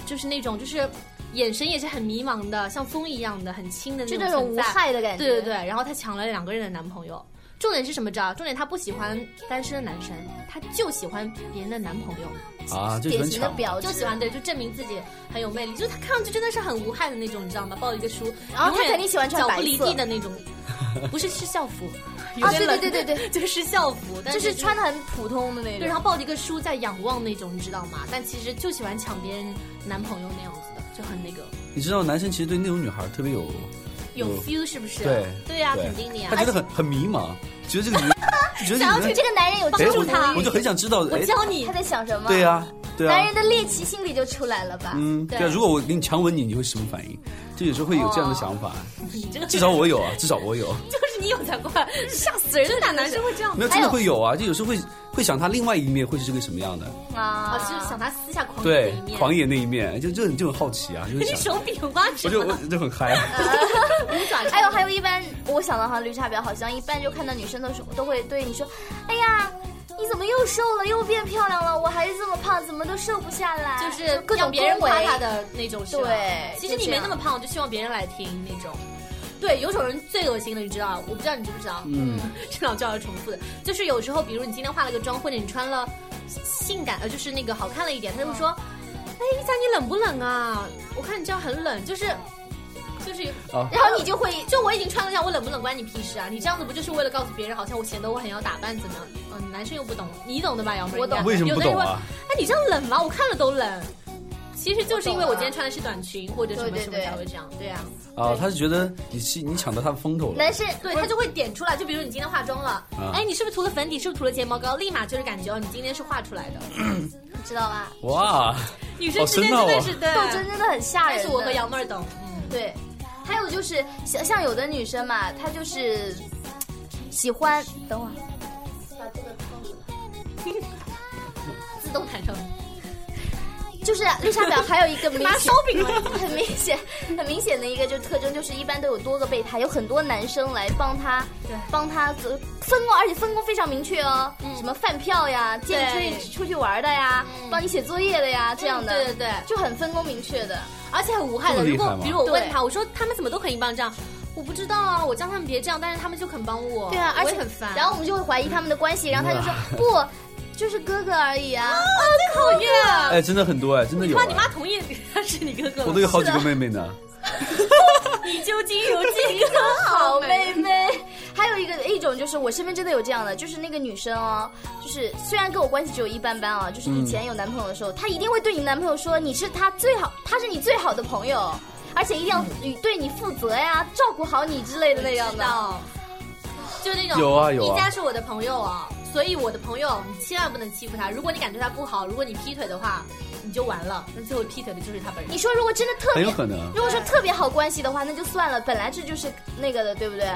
[SPEAKER 4] 就是那种就是眼神也是很迷茫的，像风一样的，很轻的
[SPEAKER 3] 就
[SPEAKER 4] 那
[SPEAKER 3] 那种
[SPEAKER 4] 存
[SPEAKER 3] 无
[SPEAKER 4] 在
[SPEAKER 3] 害的感觉。
[SPEAKER 4] 对对对，然后她抢了两个人的男朋友。重点是什么知道？重点她不喜欢单身的男生，她就喜欢别人的男朋友。
[SPEAKER 2] 啊，就
[SPEAKER 3] 典
[SPEAKER 2] 很
[SPEAKER 3] 型的
[SPEAKER 2] 抢，
[SPEAKER 3] 婊子，
[SPEAKER 4] 就喜欢对，就证明自己很有魅力，就是他看上去真的是很无害的那种，你知道吗？抱一个书，然
[SPEAKER 3] 后他肯定喜欢穿
[SPEAKER 4] 脚
[SPEAKER 3] 白
[SPEAKER 4] 不离
[SPEAKER 3] 色
[SPEAKER 4] 地的那种，不是是校 服，
[SPEAKER 3] 啊，对对
[SPEAKER 4] 有点冷
[SPEAKER 3] 对对对，
[SPEAKER 4] 就是校服，但
[SPEAKER 3] 就是
[SPEAKER 4] 是
[SPEAKER 3] 穿。的很普通的那种。
[SPEAKER 4] 对，然后抱着一个书在仰望那种，你知道吗？但其实就喜欢抢别人男朋友那样子的，就很那个
[SPEAKER 2] 你知道男生其实对那种女孩特别有，
[SPEAKER 4] 有
[SPEAKER 2] 有
[SPEAKER 4] feel 是不是？
[SPEAKER 2] 嗯对
[SPEAKER 4] 对呀、
[SPEAKER 2] 对
[SPEAKER 4] 肯定的呀
[SPEAKER 2] 他。觉得很很迷茫，觉得这个 女，觉得
[SPEAKER 3] 然后
[SPEAKER 2] 这
[SPEAKER 3] 对
[SPEAKER 2] 个
[SPEAKER 3] 这个男人有
[SPEAKER 2] 女，哎，
[SPEAKER 3] 帮助他
[SPEAKER 2] 我我，就很想知道，
[SPEAKER 4] 我
[SPEAKER 2] 哎，
[SPEAKER 4] 教你
[SPEAKER 3] 他，在想什么？
[SPEAKER 2] 对呀，对
[SPEAKER 3] 男
[SPEAKER 2] 啊
[SPEAKER 3] 人。的猎奇心理就出来了吧？
[SPEAKER 2] 嗯，对啊，
[SPEAKER 4] 对
[SPEAKER 2] 如果我给你强吻你，你会什么反应？就有时候会有这样的想法，
[SPEAKER 4] 哦 你这个
[SPEAKER 2] 至少我有啊，至少我有。
[SPEAKER 4] 就是你有才怪，吓死人！哪男生会这样
[SPEAKER 2] 没有，真的会有啊，就有时候会会想他另外一面会是这个什么样的，
[SPEAKER 3] 啊
[SPEAKER 4] 啊？就是想他私下狂野
[SPEAKER 2] 对
[SPEAKER 4] 的一，面，
[SPEAKER 2] 狂野那一面，就就你就很好奇啊，就
[SPEAKER 4] 你
[SPEAKER 2] 是想，
[SPEAKER 4] 手比划
[SPEAKER 2] 我
[SPEAKER 4] 什
[SPEAKER 2] 就
[SPEAKER 4] 么？
[SPEAKER 2] 我就很嗨，啊
[SPEAKER 4] 五爪
[SPEAKER 3] 还有还有一般，我想到哈绿茶婊，好像一般就看到女生的时候都会对你说：“哎呀，你怎么又瘦了，又变漂亮了？我还是这么胖，怎么都瘦不下来。”
[SPEAKER 4] 就是
[SPEAKER 3] 各
[SPEAKER 4] 让
[SPEAKER 3] 种
[SPEAKER 4] 别人
[SPEAKER 3] 恭
[SPEAKER 4] 夸
[SPEAKER 3] 维
[SPEAKER 4] 他的那种是吧？
[SPEAKER 3] 对
[SPEAKER 4] 其实
[SPEAKER 3] 就
[SPEAKER 4] 你
[SPEAKER 3] 这
[SPEAKER 4] 没
[SPEAKER 3] 样
[SPEAKER 4] 那么胖，我就希望别人来听那种。对，有种人最恶心的，你知道？我不知道你知不知道？
[SPEAKER 2] 嗯，
[SPEAKER 4] 这老叫要重复的，就是有时候，比如你今天化了个妆，或者你穿了性感，呃，就是那个好看了一点，他就会说：“哎，一佳，你冷不冷啊？我看你这样很冷。”就是，就是。
[SPEAKER 2] 啊，
[SPEAKER 4] 然后你就会，就我已经穿了这样，我冷不冷关你屁事啊！你这样子不就是为了告诉别人，好像我显得我很要打扮怎么样？嗯，男生又不懂，你懂的吧，姚妹？
[SPEAKER 3] 我懂
[SPEAKER 2] 为什么不懂
[SPEAKER 4] 有的人会
[SPEAKER 2] 啊？
[SPEAKER 4] 哎，你这样冷吗？我看了都冷。其实就是因为我今天穿的是短裙或者什么
[SPEAKER 3] 对对
[SPEAKER 4] 什么
[SPEAKER 3] 对
[SPEAKER 4] 才会这样，对啊，
[SPEAKER 2] 啊，他是觉得你是你抢到他的风头了
[SPEAKER 3] 男，生
[SPEAKER 4] 对他就会点出来，就比如你今天化妆了，
[SPEAKER 2] 啊
[SPEAKER 4] 哎，你是不是涂了粉底，是不是涂了睫毛膏，立马就是感觉哦，你今天是画出来的。
[SPEAKER 3] 你知道吧？
[SPEAKER 2] 哇，
[SPEAKER 4] 女生之间
[SPEAKER 2] 好深奥
[SPEAKER 4] 真的
[SPEAKER 2] 啊
[SPEAKER 4] 是对，
[SPEAKER 3] 斗争真的很吓
[SPEAKER 4] 但
[SPEAKER 3] 人的。
[SPEAKER 4] 是我和杨妹儿懂，嗯，
[SPEAKER 3] 对，还有就是像像有的女生嘛，她就是喜欢等会儿。
[SPEAKER 4] 自动弹唱，
[SPEAKER 3] 就是绿茶婊还有一个明
[SPEAKER 4] 拿
[SPEAKER 3] 显
[SPEAKER 4] 烧饼了
[SPEAKER 3] 很明显、很明显的一个就特征，就是一般都有多个备胎，有很多男生来帮他，
[SPEAKER 4] 对嗯
[SPEAKER 3] 帮他做分工，而且分工非常明确哦，什么饭票呀、接你出
[SPEAKER 4] 对嗯
[SPEAKER 3] 去出去玩的呀、帮你写作业的呀，这样的，
[SPEAKER 4] 对对对，
[SPEAKER 3] 就很分工明确的。
[SPEAKER 4] 而且很无害
[SPEAKER 2] 这么
[SPEAKER 4] 的。
[SPEAKER 2] 厉
[SPEAKER 4] 如果
[SPEAKER 2] 害吗
[SPEAKER 4] 比如我问
[SPEAKER 3] 对
[SPEAKER 4] 他，我说他们怎么都很一棒这样，我不知道啊，我叫他们别这样，但是他们就肯帮我，
[SPEAKER 3] 对啊，而
[SPEAKER 4] 我
[SPEAKER 3] 且
[SPEAKER 4] 也很烦，
[SPEAKER 3] 然后我们就会怀疑他们的关系，然后他就说
[SPEAKER 2] 哇
[SPEAKER 3] 不，就是哥哥而已啊。
[SPEAKER 4] 讨厌，
[SPEAKER 2] 哎，真的很多哎，真的
[SPEAKER 4] 你
[SPEAKER 2] 有
[SPEAKER 4] 妈
[SPEAKER 2] 哎，
[SPEAKER 4] 你妈啊同意 他是你哥哥
[SPEAKER 2] 我
[SPEAKER 4] 吗
[SPEAKER 2] 都？有好几个妹妹呢，
[SPEAKER 4] 你究竟有几个
[SPEAKER 3] 好
[SPEAKER 4] 好妹？
[SPEAKER 3] 妹妹，还有一个一种就是我身边真的有这样的，就是那个女生哦，就是虽然跟我关系只有一般般啊，就是以前有男朋友的时候，她一定会对你男朋友说你是他最好，他是你最好的朋友，而且一定要对你负责呀，照顾好你之类的那样
[SPEAKER 4] 知
[SPEAKER 3] 的。
[SPEAKER 4] 道，就是那种
[SPEAKER 2] 有啊有啊
[SPEAKER 4] 一家是我的朋友啊，所以我的朋友你千万不能欺负他。如果你敢对他不好，如果你劈腿的话，你就完了。那最后劈腿的就是他本人
[SPEAKER 3] 你。说如果真的特
[SPEAKER 2] 很
[SPEAKER 3] 别
[SPEAKER 2] 有可能。
[SPEAKER 3] 如果说特别好关系的话，那就算了，本来这就是那个的，对不对？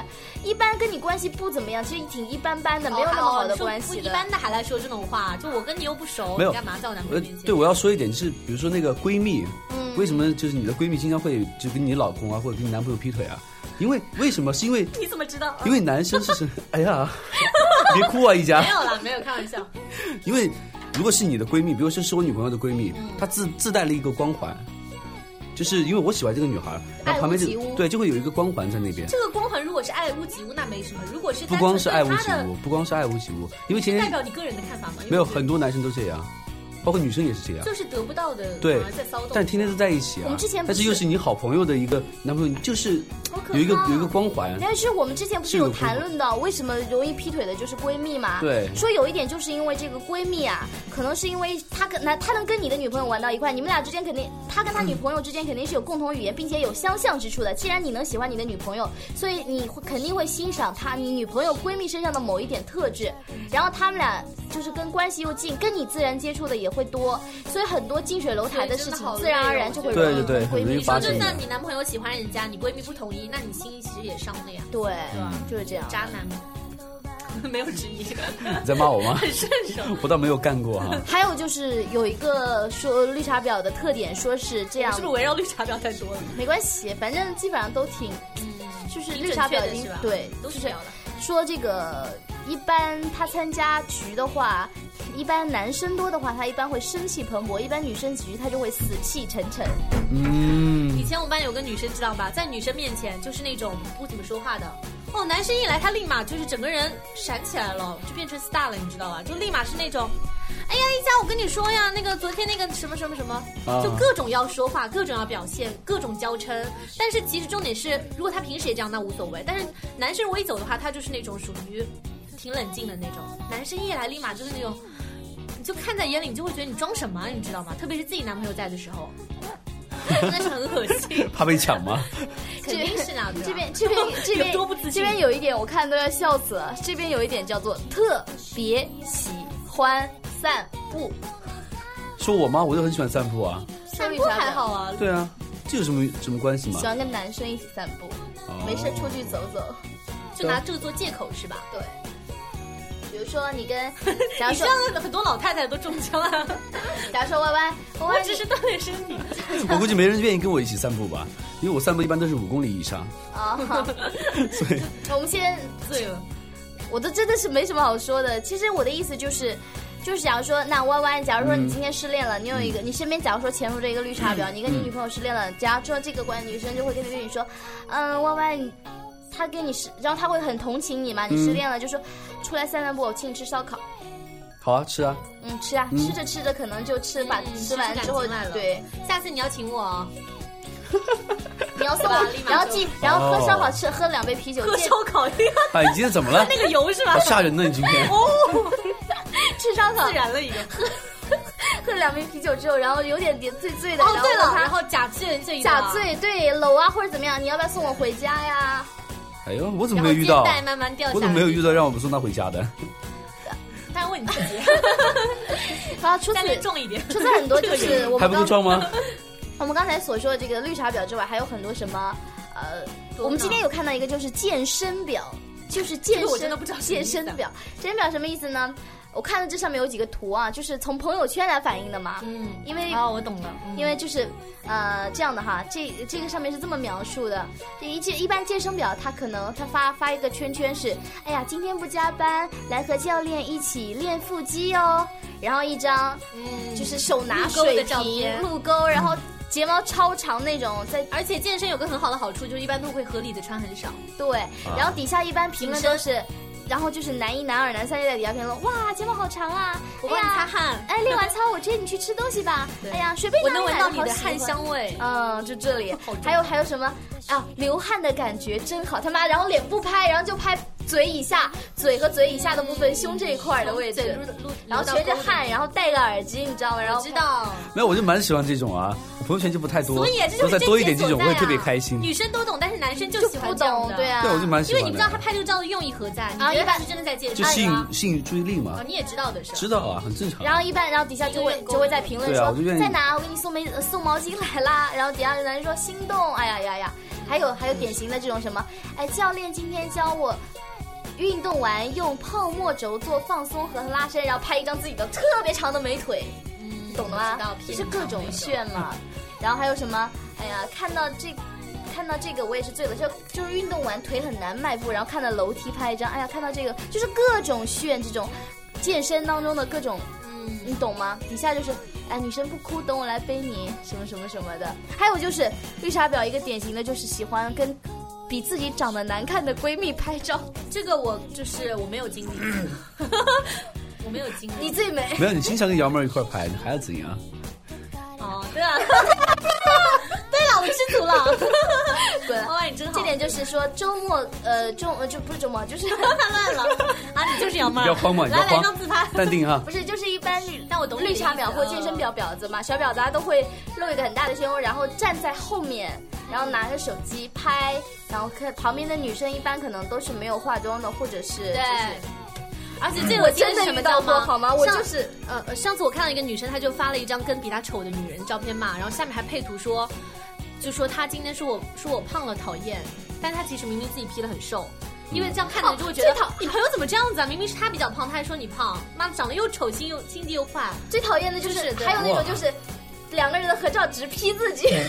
[SPEAKER 3] 一般跟你关系不怎么样，其实挺一般般的，没有那么好的关
[SPEAKER 4] 哦
[SPEAKER 3] 系
[SPEAKER 4] 你说
[SPEAKER 3] 的。
[SPEAKER 4] 一般的还来说这种话，就我跟你又不熟，
[SPEAKER 2] 没有
[SPEAKER 4] 你干嘛在我男朋
[SPEAKER 2] 呃
[SPEAKER 4] 友面，前？
[SPEAKER 2] 对，我要说一点，就是比如说那个闺蜜，
[SPEAKER 4] 嗯
[SPEAKER 2] 为什么就是你的闺蜜经常会就跟你老公啊，或者跟你男朋友劈腿啊？因为为什么？是因为
[SPEAKER 4] 你怎么知道？
[SPEAKER 2] 因为男生是 什？哎 呀，别哭啊，一家
[SPEAKER 4] 没。有啦，没有开玩笑。
[SPEAKER 2] 因为如果是你的闺蜜，比如说是我女朋友的闺蜜，
[SPEAKER 4] 嗯
[SPEAKER 2] 她自自带了一个光环，就是因为我喜欢这个女孩，然后旁边
[SPEAKER 3] 爱屋及
[SPEAKER 2] 就
[SPEAKER 3] 乌
[SPEAKER 2] 对就会有一个光环在那边。
[SPEAKER 4] 这个光环如果是爱屋及乌，那没什么；如果是
[SPEAKER 2] 不光是爱屋
[SPEAKER 4] 单
[SPEAKER 2] 及
[SPEAKER 4] 纯对
[SPEAKER 2] 乌，不光是爱屋及乌，因为天
[SPEAKER 4] 他的
[SPEAKER 2] 天
[SPEAKER 4] 代表你个人的看法吗？
[SPEAKER 2] 没有
[SPEAKER 4] 因为
[SPEAKER 2] 很多男生都这样，包括女生也是这样。
[SPEAKER 4] 就是得不到的，
[SPEAKER 2] 对
[SPEAKER 4] 反
[SPEAKER 3] 啊
[SPEAKER 4] 而在骚动。
[SPEAKER 2] 但天天都在一起啊。
[SPEAKER 3] 我们之前不
[SPEAKER 2] 但是
[SPEAKER 3] 是
[SPEAKER 2] 又是你好朋友的一个男朋友，就是
[SPEAKER 3] 好可怕
[SPEAKER 2] 有一个有一个光环。
[SPEAKER 3] 但是我们之前不是有谈论到为什么容易劈腿的就是闺蜜嘛？
[SPEAKER 2] 对
[SPEAKER 3] 说有一点就是因为这个闺蜜啊，可能是因为她跟那她能跟你的女朋友玩到一块，你们俩之间肯定，她跟她女朋友之间肯定是有共同语言，并且有相像之处的。既然你能喜欢你的女朋友，所以你会肯定会欣赏她你女朋友闺蜜身上的某一点特质，然后他们俩就是跟关系又近，跟你自然接触的也会多，所以很多近水楼台的事
[SPEAKER 4] 所以真的
[SPEAKER 3] 情
[SPEAKER 4] 好
[SPEAKER 3] 自然而然就会容易
[SPEAKER 2] 累哦对对对
[SPEAKER 3] 闺
[SPEAKER 2] 很容易
[SPEAKER 3] 蜜
[SPEAKER 4] 你
[SPEAKER 2] 发
[SPEAKER 4] 说，
[SPEAKER 2] 生
[SPEAKER 4] 就
[SPEAKER 2] 的
[SPEAKER 4] 算你男朋友喜欢人家，你闺蜜不同意，那你心其实也伤的呀，
[SPEAKER 3] 对，
[SPEAKER 4] 对
[SPEAKER 2] 嗯
[SPEAKER 4] 吧？
[SPEAKER 3] 就是这样。
[SPEAKER 4] 渣男吗？没有质疑，
[SPEAKER 2] 你在骂我吗？
[SPEAKER 4] 很顺 手。
[SPEAKER 2] 我倒没有干过 哈、
[SPEAKER 3] 还有就是有一个说绿茶婊的特点，说是这样
[SPEAKER 4] 哎是不是，围绕绿茶婊太多了？
[SPEAKER 3] 没关系，反正基本上都挺，就是绿
[SPEAKER 4] 挺
[SPEAKER 3] 茶
[SPEAKER 4] 准确
[SPEAKER 3] 婊
[SPEAKER 4] 的
[SPEAKER 3] 已经
[SPEAKER 4] 是吧？
[SPEAKER 3] 对，
[SPEAKER 4] 都是
[SPEAKER 3] 就
[SPEAKER 4] 婊
[SPEAKER 3] 是
[SPEAKER 4] 的。
[SPEAKER 3] 说这个一般他参加局的话，一般男生多的话，他一般会生气蓬勃；一般女生局他就会死气沉沉。
[SPEAKER 4] 哎
[SPEAKER 2] 嗯
[SPEAKER 4] 以，前我们班有个女生，知道吧？在女生面前就是那种不怎么说话的。哦，男生一来，她立马就是整个人闪起来了，就变成 star 了，你知道吧？就立马是那种，哎呀，一佳，我跟你说呀，那个昨天那个什么什么什么，
[SPEAKER 2] 啊
[SPEAKER 4] 就各种要说话，各种要表现，各种娇嗔。但是其实重点是，如果他平时也这样，那无所谓。但是男生如果一走的话，他就是那种属于挺冷静的那种。男生一来，立马就是那种。你就看在眼里，你就会觉得你装什么啊，你知道吗？特别是自己男朋友在的时候， 真的是很恶心。
[SPEAKER 2] 怕被抢吗？
[SPEAKER 4] 肯定是那
[SPEAKER 3] 这边这边这边
[SPEAKER 4] 有多不自
[SPEAKER 3] 这
[SPEAKER 4] 信
[SPEAKER 3] 边有一点我看都要笑死了。这边有一点叫做特别喜欢散步，
[SPEAKER 2] 说我吗？我就很喜欢散步啊。
[SPEAKER 4] 散步还好啊，
[SPEAKER 2] 对啊，这有什么什么关系哦嘛
[SPEAKER 3] 喜？欢跟男生一起散步，没事出去走走。
[SPEAKER 4] 就拿这个做借口是吧？
[SPEAKER 3] 对，比如说 你跟，假
[SPEAKER 4] 你
[SPEAKER 3] 如说，
[SPEAKER 4] 这样很多老太太都中枪了，
[SPEAKER 3] 假如说 Y Y，
[SPEAKER 4] 我
[SPEAKER 3] Y
[SPEAKER 4] 只是锻炼身体。
[SPEAKER 2] 我估计没人愿意跟我一起散步吧，因为我散步一般都是五公里以上，
[SPEAKER 3] 啊，好
[SPEAKER 2] 所以
[SPEAKER 3] 我们先，
[SPEAKER 4] 醉了，
[SPEAKER 3] 我都真的是没什么好说的。其实我的意思就是。就是假如说，那 Y Y，假如说
[SPEAKER 2] 嗯
[SPEAKER 3] 你今天失恋了，你有一个，你身边假如说潜入着一个绿茶婊，你
[SPEAKER 2] 嗯
[SPEAKER 3] 跟你女朋友失恋了，假如说这个关女生就会跟你跟你说，嗯，Y Y，你她跟你失，然后她会很同情你嘛，你
[SPEAKER 2] 嗯
[SPEAKER 3] 失恋了就说出来散散步，我请你吃烧烤，
[SPEAKER 2] 好啊，吃啊，
[SPEAKER 3] 嗯，吃啊，吃着吃着可能就吃把
[SPEAKER 4] 嗯
[SPEAKER 3] 吃完
[SPEAKER 4] 吃出感
[SPEAKER 3] 之后
[SPEAKER 4] 情来，了
[SPEAKER 3] 对，
[SPEAKER 4] 下次你要请我哦，
[SPEAKER 3] 你要送
[SPEAKER 4] 吧
[SPEAKER 3] 我
[SPEAKER 4] 立，马
[SPEAKER 3] 然后
[SPEAKER 4] 就
[SPEAKER 3] 记，然后喝
[SPEAKER 2] 哦
[SPEAKER 3] 烧烤吃，喝两杯啤酒，
[SPEAKER 4] 喝
[SPEAKER 3] 戒
[SPEAKER 4] 烧烤一样，
[SPEAKER 2] 哎，你今天怎 么了？
[SPEAKER 4] 那个油是吧
[SPEAKER 2] 好？吓人呢，你今
[SPEAKER 3] 哎
[SPEAKER 2] 天。
[SPEAKER 3] 吃烧烤
[SPEAKER 4] 自，然了一个。哦，
[SPEAKER 3] 喝两杯啤酒之后，然后有点点醉醉的，然后
[SPEAKER 4] 哦对了，
[SPEAKER 3] 问他
[SPEAKER 4] 然后假醉这一段
[SPEAKER 3] 假，醉，对搂啊或者怎么样，你要不要送我回家呀？
[SPEAKER 2] 哎呦，我怎么没
[SPEAKER 4] 然后
[SPEAKER 2] 有遇
[SPEAKER 4] 肩
[SPEAKER 2] 到？
[SPEAKER 4] 带慢慢掉下来。
[SPEAKER 2] 我怎么没有遇到让我们送他回家的？
[SPEAKER 4] 他问你自己，
[SPEAKER 3] 然后除
[SPEAKER 4] 但是
[SPEAKER 3] 此
[SPEAKER 4] 重一点。
[SPEAKER 3] 除此很多就是我
[SPEAKER 2] 还
[SPEAKER 3] 们
[SPEAKER 2] 不够
[SPEAKER 3] 刚
[SPEAKER 2] 装吗？
[SPEAKER 3] 我们刚才所说的这个绿茶婊之外，还有很多什么呃，
[SPEAKER 4] 多
[SPEAKER 3] 我们
[SPEAKER 4] 呢
[SPEAKER 3] 今天有看到一个就是健身婊，就是健
[SPEAKER 4] 这个我
[SPEAKER 3] 身
[SPEAKER 4] 真的不知道什么
[SPEAKER 3] 健
[SPEAKER 4] 意思啊
[SPEAKER 3] 身婊，健身婊什么意思呢？我看了这上面有几个图啊，就是从朋友圈来反映的嘛，
[SPEAKER 4] 嗯，
[SPEAKER 3] 因为
[SPEAKER 4] 哦，我懂了，嗯
[SPEAKER 3] 因为就是呃这样的哈，这这个上面是这么描述的，这一健一般健身表，它可能它发发一个圈圈是，哎呀，今天不加班，来和教练一起练腹肌哦，然后一张
[SPEAKER 4] 嗯
[SPEAKER 3] 就是手拿
[SPEAKER 4] 路沟
[SPEAKER 3] 水
[SPEAKER 4] 的照
[SPEAKER 3] 瓶
[SPEAKER 4] 片
[SPEAKER 3] 露沟，然后睫毛超长那种，在
[SPEAKER 4] 而且健身有个很好的好处，就是一般都会合理的穿很少。
[SPEAKER 3] 对，然后底下一般评论都是。然后就是男一、男二、男三就在底下评论，哇，睫毛好长啊！
[SPEAKER 4] 我
[SPEAKER 3] 哎
[SPEAKER 4] 帮你擦
[SPEAKER 3] 呀，
[SPEAKER 4] 汗，
[SPEAKER 3] 哎，练完操我追你去吃东西吧。
[SPEAKER 4] 对
[SPEAKER 3] 哎呀，随便
[SPEAKER 4] 我
[SPEAKER 3] 哪
[SPEAKER 4] 能
[SPEAKER 3] 里
[SPEAKER 4] 闻
[SPEAKER 3] 来
[SPEAKER 4] 到
[SPEAKER 3] 的
[SPEAKER 4] 你
[SPEAKER 3] 好
[SPEAKER 4] 的
[SPEAKER 3] 喜
[SPEAKER 4] 汗
[SPEAKER 3] 欢
[SPEAKER 4] 香味。
[SPEAKER 3] 嗯，就这里
[SPEAKER 4] 好重，
[SPEAKER 3] 还有还有什么啊？流汗的感觉真好，他妈！然后脸不拍，然后就拍嘴以下、嘴和嘴以下的部分、胸这一块儿的位
[SPEAKER 4] 对
[SPEAKER 3] 置
[SPEAKER 4] 撸，撸，
[SPEAKER 3] 然后
[SPEAKER 4] 撸到
[SPEAKER 3] 全是
[SPEAKER 4] 沟里
[SPEAKER 3] 汗，然后戴个耳机，你知道吗？然
[SPEAKER 4] 我
[SPEAKER 3] 后
[SPEAKER 4] 知道，
[SPEAKER 2] 没有，我就蛮喜欢这种啊，朋友圈就不太多，
[SPEAKER 4] 所以啊
[SPEAKER 2] 然
[SPEAKER 4] 这就
[SPEAKER 2] 后
[SPEAKER 4] 是
[SPEAKER 2] 再多一点这
[SPEAKER 4] 症结
[SPEAKER 2] 种，
[SPEAKER 4] 所
[SPEAKER 2] 我也
[SPEAKER 4] 在
[SPEAKER 2] 特别
[SPEAKER 4] 啊
[SPEAKER 2] 开心。
[SPEAKER 4] 女生都懂，但是男生就
[SPEAKER 3] 就
[SPEAKER 4] 喜
[SPEAKER 3] 不
[SPEAKER 4] 欢这样
[SPEAKER 3] 懂
[SPEAKER 4] 的，，
[SPEAKER 3] 对啊，
[SPEAKER 2] 对，我就蛮喜
[SPEAKER 4] 因为
[SPEAKER 2] 欢的。
[SPEAKER 4] 你不知道他拍这个照的用意何在，你
[SPEAKER 3] 啊
[SPEAKER 4] 觉得
[SPEAKER 3] 一般
[SPEAKER 4] 他是真的在借
[SPEAKER 2] 就啊
[SPEAKER 4] 爱
[SPEAKER 2] 吸
[SPEAKER 4] 吗
[SPEAKER 2] 引吸引注意力嘛
[SPEAKER 4] 哦，，你也知道的是吧，
[SPEAKER 2] 知道啊，很正常。
[SPEAKER 3] 然后一般，然后底下就会
[SPEAKER 4] 一个月
[SPEAKER 3] 就会在评论
[SPEAKER 2] 对啊
[SPEAKER 3] 说
[SPEAKER 2] 我就愿意
[SPEAKER 3] 在哪，我给你送没呃送毛巾来啦。然后底下有男人说心动，哎呀呀呀，还有还有典型的这种什么，哎，教练今天教我。运动完用泡沫轴做放松和拉伸，然后拍一张自己的特别长的美腿，
[SPEAKER 4] 嗯，
[SPEAKER 3] 懂的
[SPEAKER 4] 我知道
[SPEAKER 3] 吗？
[SPEAKER 4] 骗
[SPEAKER 3] 就是
[SPEAKER 4] 你
[SPEAKER 3] 各种炫嘛。然后还有什么？哎呀，看到这，看到这个我也是醉了，就就是运动完腿很难迈步，然后看到楼梯拍一张，哎呀，看到这个就是各种炫，这种健身当中的各种
[SPEAKER 4] 嗯，
[SPEAKER 3] 你懂吗？底下就是，哎，女生不哭，等我来背你，什么什么什么的。还有就是绿茶婊一个典型的就是喜欢跟比自己长得难看的闺蜜拍照，
[SPEAKER 4] 这个我就是我没有经历， 我没有经历
[SPEAKER 3] 你最 美。
[SPEAKER 2] 没有，你经常跟瑶妹儿一块儿拍，你还要怎样？啊
[SPEAKER 4] 哦，对啊， 对啊了，我知足了，
[SPEAKER 3] 滚！
[SPEAKER 4] 哇，哦你真好，
[SPEAKER 3] 这点就是说周末，呃，周呃就不是周末，就是
[SPEAKER 4] 太乱了啊，你就是杨妹儿，
[SPEAKER 2] 你要慌吗你要
[SPEAKER 4] 来来
[SPEAKER 2] 慌
[SPEAKER 4] 张自拍，
[SPEAKER 2] 淡定哈
[SPEAKER 3] 不，是就是一般绿
[SPEAKER 4] 但我懂你的
[SPEAKER 3] 绿
[SPEAKER 4] 意思啊
[SPEAKER 3] 茶婊或健身婊婊子嘛，小婊子啊她都会露一个很大的胸，然后站在后面，然后拿着手机拍，然后看旁边的女生一般可能都是没有化妆的，或者是
[SPEAKER 4] 对
[SPEAKER 3] 就是。
[SPEAKER 4] 而且这个
[SPEAKER 3] 我
[SPEAKER 4] 真
[SPEAKER 3] 真
[SPEAKER 4] 的
[SPEAKER 3] 的
[SPEAKER 4] 什么
[SPEAKER 3] 遇
[SPEAKER 4] 知道
[SPEAKER 3] 到过
[SPEAKER 4] 吗？
[SPEAKER 3] 好吗？我
[SPEAKER 4] 上
[SPEAKER 3] 就是
[SPEAKER 4] 呃，呃上次我看到一个女生，她就发了一张跟比她丑的女人照片嘛，然后下面还配图说，就说她今天说我说我胖了讨厌，但她其实明明自己 P 的很瘦，因为这样看的人就会觉得、
[SPEAKER 3] 哦最讨
[SPEAKER 4] 你朋友怎么这样子啊？明明是她比较胖，她还说你胖，妈的长得又丑，心又心地又坏，
[SPEAKER 3] 最讨厌的就是
[SPEAKER 4] 是的
[SPEAKER 3] 还有那
[SPEAKER 2] 哇
[SPEAKER 3] 种就是两个人的合照只 P 自己，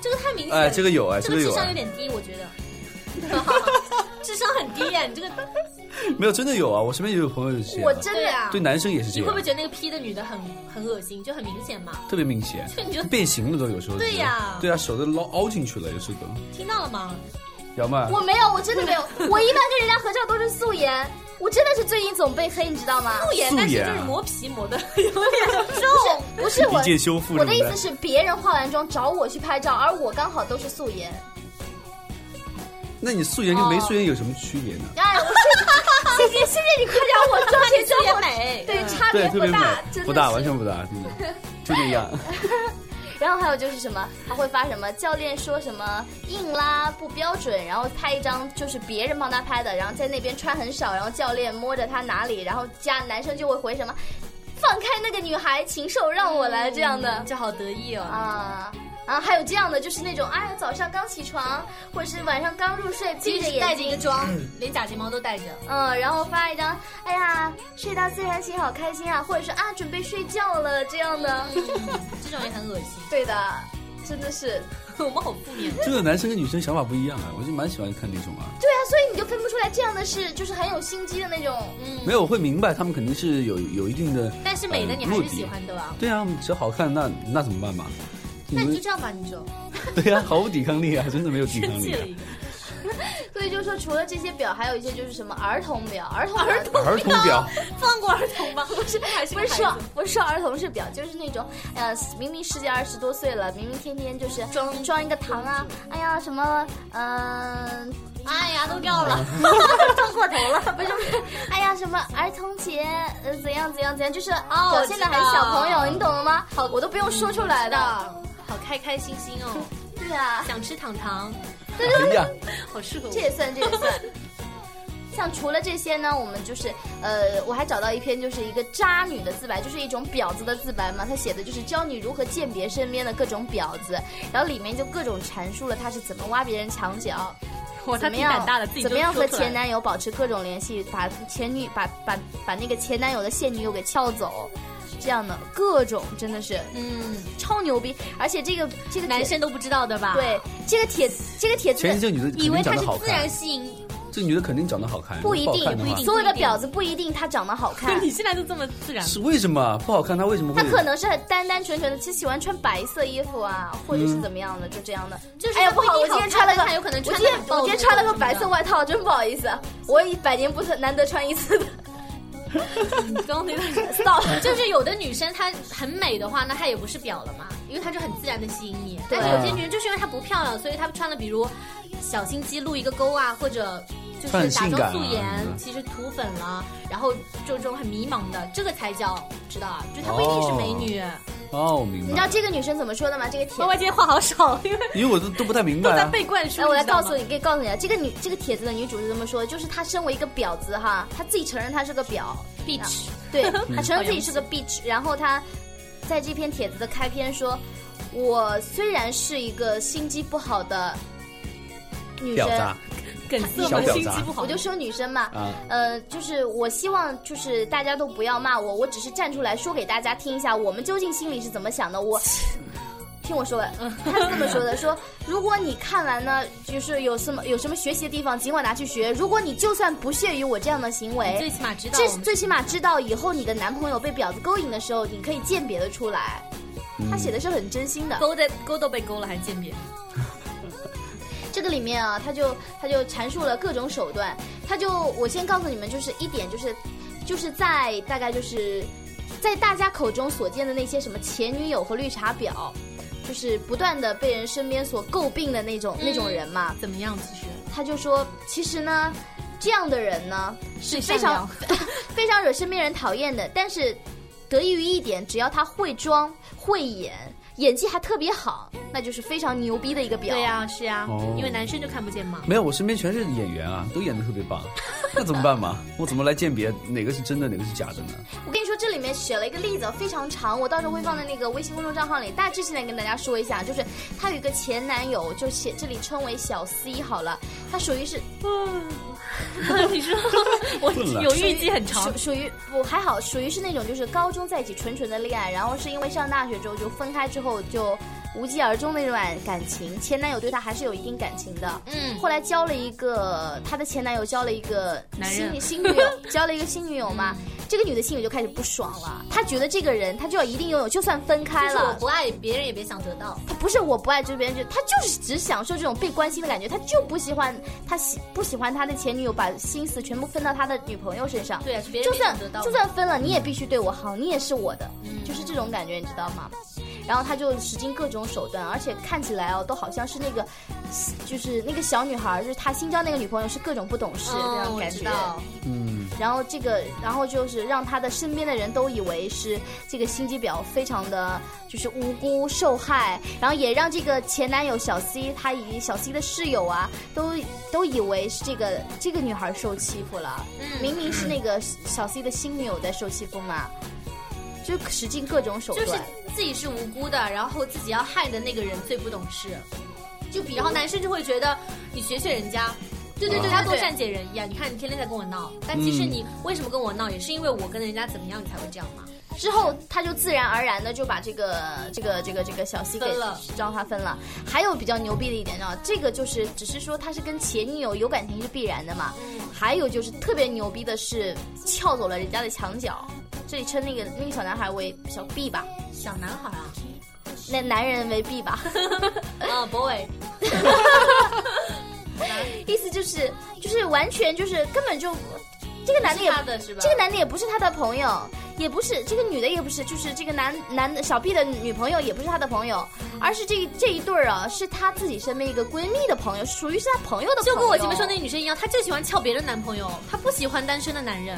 [SPEAKER 4] 这个太明显了。
[SPEAKER 2] 哎，这个有哎，
[SPEAKER 4] 这
[SPEAKER 2] 这个
[SPEAKER 4] 个智
[SPEAKER 2] 有
[SPEAKER 4] 商有
[SPEAKER 2] 哎，
[SPEAKER 4] 点低，我觉得。 智商很低呀、你这个
[SPEAKER 2] 没有真的有啊，我身边也有朋友就是这样
[SPEAKER 3] 我
[SPEAKER 2] 啊，
[SPEAKER 3] 真
[SPEAKER 4] 对
[SPEAKER 3] 的
[SPEAKER 4] 啊，
[SPEAKER 2] 对男生也是这
[SPEAKER 4] 你会不会
[SPEAKER 2] 样，
[SPEAKER 4] 觉得那个 P 的女的很很恶心，就很明显嘛？
[SPEAKER 2] 特别明显
[SPEAKER 4] 就你就，
[SPEAKER 2] 变形了都有时候。
[SPEAKER 4] 对呀
[SPEAKER 2] 对啊，手都捞凹进去了，有时候都。
[SPEAKER 4] 听到了吗？
[SPEAKER 2] 瑶妹儿，
[SPEAKER 3] 我没有，我真的没有，我一般跟人家合照都是素颜，我真的是最近总被黑，你知道吗？
[SPEAKER 4] 素颜，
[SPEAKER 2] 素
[SPEAKER 4] 但是
[SPEAKER 2] 颜啊
[SPEAKER 4] 就是磨皮磨的 有点重。
[SPEAKER 3] 不是我
[SPEAKER 2] 一，键修复
[SPEAKER 3] 我
[SPEAKER 2] 什
[SPEAKER 3] 的
[SPEAKER 2] 么
[SPEAKER 3] 意思是别人化完妆找我去拍照，而我刚好都是素颜。
[SPEAKER 2] 那你素颜跟没素颜有什么区别呢？
[SPEAKER 3] 哎，我 是姐姐，是不是你快点我妆
[SPEAKER 4] 这
[SPEAKER 3] 给
[SPEAKER 4] 素
[SPEAKER 3] 妆？
[SPEAKER 4] 颜美，嗯
[SPEAKER 3] 对，差
[SPEAKER 2] 对
[SPEAKER 3] 别，
[SPEAKER 2] 特
[SPEAKER 3] 不
[SPEAKER 2] 别美
[SPEAKER 3] 大，真，的
[SPEAKER 2] 不大，
[SPEAKER 3] 是
[SPEAKER 2] 完全不大，嗯，就那 样。
[SPEAKER 3] 然后还有就是什么，他会发什么教练说什么硬拉不标准，然后拍一张就是别人帮他拍的，然后在那边穿很少，然后教练摸着他哪里，然后加男生就会回什么放开那个女孩，禽兽让我来这样的
[SPEAKER 4] 这好得意
[SPEAKER 2] 嗯
[SPEAKER 4] 哦。
[SPEAKER 3] 啊。啊，还有这样的，就是那种，哎呀，早上刚起床，或者是晚上刚入睡，闭
[SPEAKER 4] 即
[SPEAKER 3] 着
[SPEAKER 4] 使
[SPEAKER 3] 眼
[SPEAKER 4] 带着一
[SPEAKER 3] 睛
[SPEAKER 4] 个妆，连假睫毛都带 着。
[SPEAKER 3] 嗯，然后发一张，哎呀，睡到自然醒，好开心啊，或者是啊，准备睡觉了这样的，
[SPEAKER 4] 这种也很恶心，
[SPEAKER 3] 对的，真的是，
[SPEAKER 4] 我们好负面。
[SPEAKER 2] 这个男生跟女生想法不一样啊，我就蛮喜欢看那种啊。
[SPEAKER 3] 对啊，所以你就分不出来这样的是就是很有心机的那种。嗯
[SPEAKER 2] 没有，我会明白他们肯定是有有一定的，
[SPEAKER 4] 但是美的
[SPEAKER 2] 呃
[SPEAKER 4] 你还
[SPEAKER 2] 目
[SPEAKER 4] 是
[SPEAKER 2] 的
[SPEAKER 4] 喜欢的吧？
[SPEAKER 2] 对啊，只要好看，那那怎么办嘛？
[SPEAKER 4] 那你就
[SPEAKER 2] 们
[SPEAKER 4] 这样吧，你就
[SPEAKER 2] 对啊，毫无抵抗力啊，真的没有抵抗
[SPEAKER 4] 生气
[SPEAKER 2] 力、啊
[SPEAKER 4] 了。一个。
[SPEAKER 3] 所以就是说，除了这些表，还有一些就是什么儿童表，儿童儿童
[SPEAKER 2] 儿童表，
[SPEAKER 4] 放过儿童吧，不是还是
[SPEAKER 3] 不
[SPEAKER 4] 个
[SPEAKER 3] 是说
[SPEAKER 4] 孩子
[SPEAKER 3] 不是说儿童是表，就是那种呃，明明十几二十多岁了，明明天天就是装装一个糖啊，哎呀什么嗯、
[SPEAKER 4] 哎呀都掉了，
[SPEAKER 3] 撞过头了，不是不是，哎呀什么儿童节呃怎样怎样怎样，就是
[SPEAKER 4] 哦
[SPEAKER 3] 表现的很
[SPEAKER 4] 我知道
[SPEAKER 3] 小朋友，你懂了吗？好，我都不用说出来的。
[SPEAKER 2] 嗯
[SPEAKER 4] 好开开心心哦，
[SPEAKER 3] 对啊，
[SPEAKER 4] 想吃糖糖，
[SPEAKER 2] 哎
[SPEAKER 4] 啊
[SPEAKER 2] 呀，
[SPEAKER 4] 好适合
[SPEAKER 3] 这
[SPEAKER 4] 我。
[SPEAKER 3] 也算，这也算。像除了这些呢，我们就是呃，我还找到一篇就是一个渣女的自白，就是一种婊子的自白嘛。她写的就是教你如何鉴别身边的各种婊子，然后里面就各种阐述了她是怎么挖别人墙角，
[SPEAKER 4] 哇，他
[SPEAKER 3] 怎么
[SPEAKER 4] 挺胆
[SPEAKER 3] 样
[SPEAKER 4] 大的，自己
[SPEAKER 3] 怎
[SPEAKER 4] 都
[SPEAKER 3] 么样和
[SPEAKER 4] 说出来
[SPEAKER 3] 前男友保持各种联系，把前女把把把那个前男友的现女友给撬走，这样的各种真的是
[SPEAKER 4] 嗯，
[SPEAKER 3] 超牛逼。而且这个这个
[SPEAKER 4] 男
[SPEAKER 3] 帖
[SPEAKER 4] 生啊都不知道的吧？，
[SPEAKER 3] 对这个帖这个帖子
[SPEAKER 2] 前提这女的肯
[SPEAKER 4] 以为
[SPEAKER 2] 定
[SPEAKER 4] 他
[SPEAKER 2] 长得
[SPEAKER 4] 是
[SPEAKER 2] 好
[SPEAKER 4] 自然
[SPEAKER 2] 看，
[SPEAKER 4] 吸引。，
[SPEAKER 2] 这女的肯定长得好看，
[SPEAKER 3] 不一
[SPEAKER 2] 好看
[SPEAKER 3] 定，
[SPEAKER 2] 的
[SPEAKER 3] 不
[SPEAKER 2] 话
[SPEAKER 3] 一定，所有的婊子不一定她长得好看
[SPEAKER 4] 你现在都这么自然，
[SPEAKER 2] 是为什么不好看？她为什么会
[SPEAKER 3] 她？可能是很单单纯纯的，其实喜欢穿白色衣服啊，或者
[SPEAKER 2] 嗯
[SPEAKER 3] 是怎么样的，就这样的。
[SPEAKER 4] 就是
[SPEAKER 3] 哎呀，
[SPEAKER 4] 不
[SPEAKER 3] 不
[SPEAKER 4] 一
[SPEAKER 3] 好，
[SPEAKER 4] 定
[SPEAKER 3] 我今天穿了
[SPEAKER 4] 好看但
[SPEAKER 3] 个，
[SPEAKER 4] 她有可能
[SPEAKER 3] 我
[SPEAKER 4] 穿
[SPEAKER 3] 今天
[SPEAKER 4] 得很暴
[SPEAKER 3] 我
[SPEAKER 4] 露
[SPEAKER 3] 今天穿了个
[SPEAKER 4] 什么的
[SPEAKER 3] 白色外套，真不好意思，我一百年不曾难得穿一次的。
[SPEAKER 4] 你刚刚那段 就是有的女生她很美的话，那她也不是婊了嘛，因为她就很自然的吸引你。
[SPEAKER 3] 对
[SPEAKER 4] 但是有些女人就是因为她不漂亮，所以她穿了比如小心机露一个沟啊，或者就
[SPEAKER 2] 很
[SPEAKER 4] 是
[SPEAKER 2] 性
[SPEAKER 4] 打
[SPEAKER 2] 感啊
[SPEAKER 4] 妆素颜，
[SPEAKER 2] 嗯
[SPEAKER 4] 其实涂粉了，然后就这种很迷茫的，这个才叫知道啊，就她不一定是美女。
[SPEAKER 2] 哦，我明
[SPEAKER 3] 你知
[SPEAKER 2] 白
[SPEAKER 3] 道
[SPEAKER 2] 了。
[SPEAKER 3] 这个女生怎么说的吗？这个帖
[SPEAKER 4] 歪歪今天话好少，因为
[SPEAKER 2] 因为我都都不太明
[SPEAKER 4] 都
[SPEAKER 2] 白
[SPEAKER 4] 在
[SPEAKER 2] 啊。
[SPEAKER 4] 被灌输。
[SPEAKER 3] 哎，我来
[SPEAKER 4] 知道吗
[SPEAKER 3] 告诉你，可以告诉你啊，这个女这个帖子的女主是这么说，就是她身为一个婊子哈，她自己承认她是个婊，啊
[SPEAKER 4] ，bitch，
[SPEAKER 3] 对
[SPEAKER 2] 嗯
[SPEAKER 3] 她承认自己是个 bitch，然后她在这篇帖子的开篇说，我虽然是一个心机不好的女
[SPEAKER 2] 婊
[SPEAKER 3] 生，
[SPEAKER 2] 子啊
[SPEAKER 4] 梗塞
[SPEAKER 2] 小
[SPEAKER 4] 嘛，
[SPEAKER 2] 婊
[SPEAKER 4] 心
[SPEAKER 2] 子啊
[SPEAKER 4] 机不好，
[SPEAKER 3] 我就说女生嘛，
[SPEAKER 2] 啊，
[SPEAKER 3] 呃，就是我希望就是大家都不要骂我，我只是站出来说给大家听一下，我们究竟心里是怎么想的。 我听我说完，
[SPEAKER 4] 嗯
[SPEAKER 3] 他是这么说的：说如果你看完呢，就是有什么有什么学习的地方，尽管拿去学。如果你就算不屑于我这样的行
[SPEAKER 4] 最
[SPEAKER 3] 为，
[SPEAKER 4] 起码知道
[SPEAKER 3] 至
[SPEAKER 4] 我们
[SPEAKER 3] 最起码知道以后你的男朋友被婊子勾引的时候，你可以鉴别的出来。
[SPEAKER 2] 嗯
[SPEAKER 3] 他
[SPEAKER 4] 嗯
[SPEAKER 3] 写的是很真心的。
[SPEAKER 4] 勾的勾都被勾了，还鉴别。
[SPEAKER 3] 这个里面啊，他就他就阐述了各种手段，他就我先告诉你们，就是一点就是，就是在大概就是，在大家口中所见的那些什么前女友和绿茶婊，就是不断的被人身边所诟病的那种、
[SPEAKER 4] 嗯
[SPEAKER 3] 那种人嘛，
[SPEAKER 4] 怎么样？其实
[SPEAKER 3] 他就说，其实呢，这样的人呢是
[SPEAKER 4] 善
[SPEAKER 3] 非常
[SPEAKER 4] 良
[SPEAKER 3] 非常惹身边人讨厌的，但是得益于一点，只要他会装会演。演技还特别好，那就是非常牛逼的一个婊。
[SPEAKER 4] 对呀、是呀、
[SPEAKER 2] 哦
[SPEAKER 4] 因为男生就看不见 嘛。
[SPEAKER 2] 没有，我身边全是演员啊，都演的特别棒，那怎么办嘛？我怎么来鉴别哪个是真的，哪个是假的呢？
[SPEAKER 3] 我跟你说，这里面写了一个例子，非常长，我到时候会放在那个微信公众账号里。大致现在跟大家说一下，就是她有一个前男友，就写这里称为小 C 好了，他属于是
[SPEAKER 4] 你说我
[SPEAKER 2] 困了
[SPEAKER 4] 有预计很长
[SPEAKER 3] 属，属于不还好，属于是那种就是高中在一起纯纯的恋爱，然后是因为上大学之后就分开之后就无疾而终那段感情，前男友对她还是有一定感情的。
[SPEAKER 4] 嗯，
[SPEAKER 3] 后来交了一个她的前男友交了一个
[SPEAKER 4] 男人嗯
[SPEAKER 3] 新新女友， 交了一个新女友嘛，这个女的心里就开始不爽了，她觉得这个人她就要一定拥有，就算分开
[SPEAKER 4] 就是我
[SPEAKER 3] 了，
[SPEAKER 4] 不爱别人也别想得到。
[SPEAKER 3] 她不是我不爱追别人，就她就是只享受这种被关心的感觉，她就不喜欢她喜不喜欢她的前女友把心思全部分到她的女朋友身上，
[SPEAKER 4] 对啊，是别人
[SPEAKER 3] 就
[SPEAKER 4] 没
[SPEAKER 3] 算
[SPEAKER 4] 想得到嘛。嗯
[SPEAKER 3] 就算分了，你也必须对我好，你也是我的，就是这种感觉，你知道吗？然后他就使尽各种手段，而且看起来哦，都好像是那个，就是那个小女孩，就是他新交那个女朋友是各种不懂事、
[SPEAKER 4] 嗯
[SPEAKER 3] 这样的
[SPEAKER 4] 我
[SPEAKER 3] 感
[SPEAKER 4] 知
[SPEAKER 3] 觉。
[SPEAKER 4] 道，
[SPEAKER 2] 嗯，
[SPEAKER 3] 然后这个，然后就是让他的身边的人都以为是这个心机婊非常的就是无辜受害，然后也让这个前男友小 C，他以及小 C 的室友啊，都都以为是这个这个女孩受欺负了，
[SPEAKER 4] 嗯
[SPEAKER 3] 明明是那个小 C 的新女友在受欺负嘛，就使尽各种手
[SPEAKER 4] 就
[SPEAKER 3] 段。
[SPEAKER 4] 是自己是无辜的，然后自己要害的那个人最不懂事。就比，然后男生就会觉得你学学人家，对对对，嗯
[SPEAKER 2] 啊
[SPEAKER 4] 他多善解人意啊！你看你天天在跟我闹，但其实你为什么跟我闹，也是因为我跟人家怎么样，你才会这样嘛。
[SPEAKER 3] 之后，他就自然而然的就把这个这个这个这个小 C 给
[SPEAKER 4] 分了
[SPEAKER 3] 让他分了。还有比较牛逼的一点呢，这个就是只是说他是跟前女友有感情是必然的嘛。
[SPEAKER 4] 嗯
[SPEAKER 3] 还有就是特别牛逼的是撬走了人家的墙角，这里称那个那个小男孩为小 B 吧，
[SPEAKER 4] 小男孩啊，
[SPEAKER 3] 那男人为 B 吧，
[SPEAKER 4] 啊，boy，
[SPEAKER 3] 意思就是就是完全就是根本就这个男的也
[SPEAKER 4] 是他的是吧
[SPEAKER 3] 这个男的也不是他的朋友，也不是这个女的也不是，就是这个男男的小 B 的女朋友也不是他的朋友，而是这这一对儿啊，是他自己身边一个闺蜜的朋友，属于是他朋友的朋友。
[SPEAKER 4] 就跟我前面说那个女生一样，她就喜欢撬别人男朋友，她不喜欢单身的男人，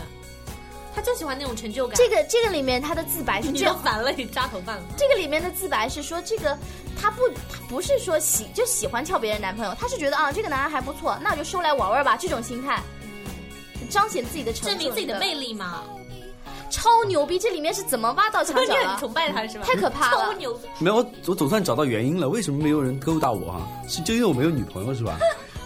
[SPEAKER 4] 她就喜欢那种成就感。
[SPEAKER 3] 这个这个里面他的自白是
[SPEAKER 4] 你
[SPEAKER 3] 这
[SPEAKER 4] 要
[SPEAKER 3] 样，
[SPEAKER 4] 反了，你扎头发了。
[SPEAKER 3] 这个里面的自白是说这个他不他不是说喜就喜欢撬别人男朋友，他是觉得啊这个男人还不错，那我就收来玩玩吧，这种心态。彰显自己的成就，
[SPEAKER 4] 证明自己的
[SPEAKER 3] 力，
[SPEAKER 4] 魅力嘛，
[SPEAKER 3] 超牛逼！这里面是怎么挖到墙
[SPEAKER 4] 你
[SPEAKER 3] 角啊
[SPEAKER 4] 很
[SPEAKER 3] 的？
[SPEAKER 4] 崇拜他是吧？
[SPEAKER 3] 太可怕了
[SPEAKER 4] 超牛！
[SPEAKER 2] 没有，我我总算找到原因了，为什么没有人勾搭我啊？是就因为我没有女朋友是吧？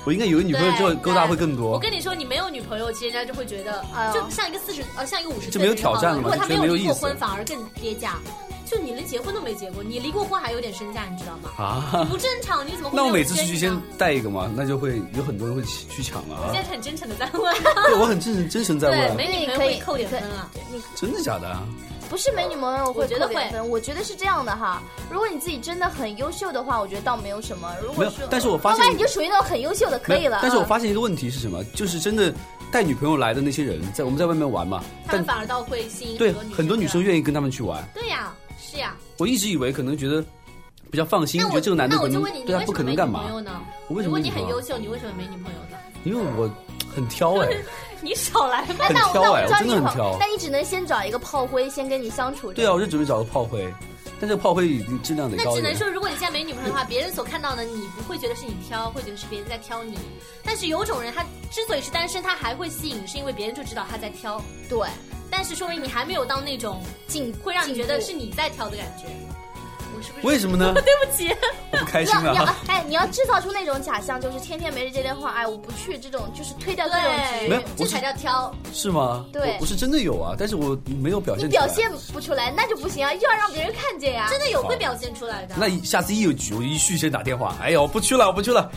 [SPEAKER 2] 我应该有个女朋友之后
[SPEAKER 4] 对
[SPEAKER 2] 勾搭会更
[SPEAKER 4] 我
[SPEAKER 2] 多。
[SPEAKER 4] 跟你说，你没有女朋友，其实人家就会觉得
[SPEAKER 3] 哎，呦
[SPEAKER 4] 就像一个四十呃，像一个五十岁
[SPEAKER 2] 就
[SPEAKER 4] 的
[SPEAKER 2] 没有
[SPEAKER 4] 人好
[SPEAKER 2] 挑战了嘛
[SPEAKER 4] 如果他
[SPEAKER 2] 就觉得
[SPEAKER 4] 没
[SPEAKER 2] 没
[SPEAKER 4] 有
[SPEAKER 2] 有
[SPEAKER 4] 离
[SPEAKER 2] 意
[SPEAKER 4] 过
[SPEAKER 2] 思
[SPEAKER 4] 婚，反而更跌价。就你连结婚都没结过，你离过婚还有点身价，你知道吗？
[SPEAKER 2] 啊，
[SPEAKER 4] 不正常，你怎么会？
[SPEAKER 2] 那我每次出去先。带一个嘛，那就会有很多人会去去抢了
[SPEAKER 4] 我现
[SPEAKER 2] 啊。
[SPEAKER 4] 在很真诚的在问，
[SPEAKER 2] 对，我很真诚真诚在
[SPEAKER 4] 对，
[SPEAKER 2] 问啊，
[SPEAKER 4] 没女朋友
[SPEAKER 3] 可以
[SPEAKER 4] 会扣点分啊了。
[SPEAKER 2] 真的假的啊？
[SPEAKER 3] 不是美女朋友会
[SPEAKER 4] 我觉得
[SPEAKER 3] 扣点分，我觉得是这样的哈。如果你自己真的很优秀的话，我觉得倒没有什么。如
[SPEAKER 2] 没
[SPEAKER 3] 果
[SPEAKER 2] 有
[SPEAKER 3] 说，
[SPEAKER 2] 但是我发现
[SPEAKER 3] 要不然你就属于那种很优秀的，可以了。
[SPEAKER 2] 但是我
[SPEAKER 3] 嗯
[SPEAKER 2] 发现一个问题是什么？就是真的带女朋友来的那些人，在我们在外面玩嘛，
[SPEAKER 4] 他们
[SPEAKER 2] 但
[SPEAKER 4] 反而倒会吸引
[SPEAKER 2] 对
[SPEAKER 4] 很
[SPEAKER 2] 很多女生
[SPEAKER 4] 的。
[SPEAKER 2] 愿意跟他们去玩。
[SPEAKER 4] 对呀，是呀。
[SPEAKER 2] 我一直以为可能觉得比较放心，
[SPEAKER 4] 那
[SPEAKER 2] 觉
[SPEAKER 4] 我
[SPEAKER 2] 得这个男的
[SPEAKER 4] 那
[SPEAKER 2] 可
[SPEAKER 4] 我就
[SPEAKER 2] 能
[SPEAKER 4] 问你，你
[SPEAKER 2] 对
[SPEAKER 4] 为
[SPEAKER 2] 他
[SPEAKER 4] 什
[SPEAKER 2] 不
[SPEAKER 4] 么
[SPEAKER 2] 可
[SPEAKER 4] 没
[SPEAKER 2] 能
[SPEAKER 4] 女
[SPEAKER 2] 干
[SPEAKER 4] 朋
[SPEAKER 2] 嘛
[SPEAKER 4] 友？呢？
[SPEAKER 2] 我为什
[SPEAKER 4] 如
[SPEAKER 2] 么
[SPEAKER 4] 果
[SPEAKER 2] 没
[SPEAKER 4] 你
[SPEAKER 2] 女朋
[SPEAKER 4] 很
[SPEAKER 2] 友
[SPEAKER 4] 优秀，你为什么没女朋友呢？
[SPEAKER 2] 因为我很挑 哎，
[SPEAKER 4] 你少来吧。
[SPEAKER 2] 很
[SPEAKER 3] 那我那
[SPEAKER 2] 挑
[SPEAKER 3] 我
[SPEAKER 2] 哎，我
[SPEAKER 3] 教
[SPEAKER 2] 真
[SPEAKER 3] 你
[SPEAKER 2] 的
[SPEAKER 3] 一
[SPEAKER 2] 很
[SPEAKER 3] 会儿
[SPEAKER 2] 挑，
[SPEAKER 3] 那。你只能先找一个炮灰，先跟你相处着。
[SPEAKER 2] 对啊，我就准备找个炮灰，但这个炮灰已经质量得
[SPEAKER 4] 那
[SPEAKER 2] 高
[SPEAKER 4] 只
[SPEAKER 2] 一点
[SPEAKER 4] 能。说，如果你现在没女朋友的话，别人所看到的你不会觉得是你挑，会觉得是别人在挑你。但是有种人，他之所以是单身，他还会吸引，是因为别人就知道他在挑。
[SPEAKER 3] 对，
[SPEAKER 4] 但是说明你还没有到那种
[SPEAKER 3] 进
[SPEAKER 4] 会让你觉得是
[SPEAKER 3] 进
[SPEAKER 4] 你在挑的感觉。我是不是？
[SPEAKER 2] 为什么呢？
[SPEAKER 4] 对不起，
[SPEAKER 2] 我不开
[SPEAKER 3] 步
[SPEAKER 2] 心
[SPEAKER 3] 要要
[SPEAKER 2] 啊！
[SPEAKER 3] 哎，你要制造出那种假象，就是天天没人接电话，哎，我不去这种，就是推掉各种局。
[SPEAKER 2] 没有
[SPEAKER 4] 对，
[SPEAKER 2] 我
[SPEAKER 4] 这
[SPEAKER 2] 是
[SPEAKER 4] 才叫挑。
[SPEAKER 2] 是吗？
[SPEAKER 3] 对
[SPEAKER 2] 我我是真的有啊，但是我没有表
[SPEAKER 3] 你
[SPEAKER 2] 现。
[SPEAKER 3] 表。现不出来，那就不行啊，又要让别人看见呀、
[SPEAKER 4] 真的有会表现出来的。
[SPEAKER 2] 那下次一有局，我一去先打电话。哎呀，我不去了，我不去了。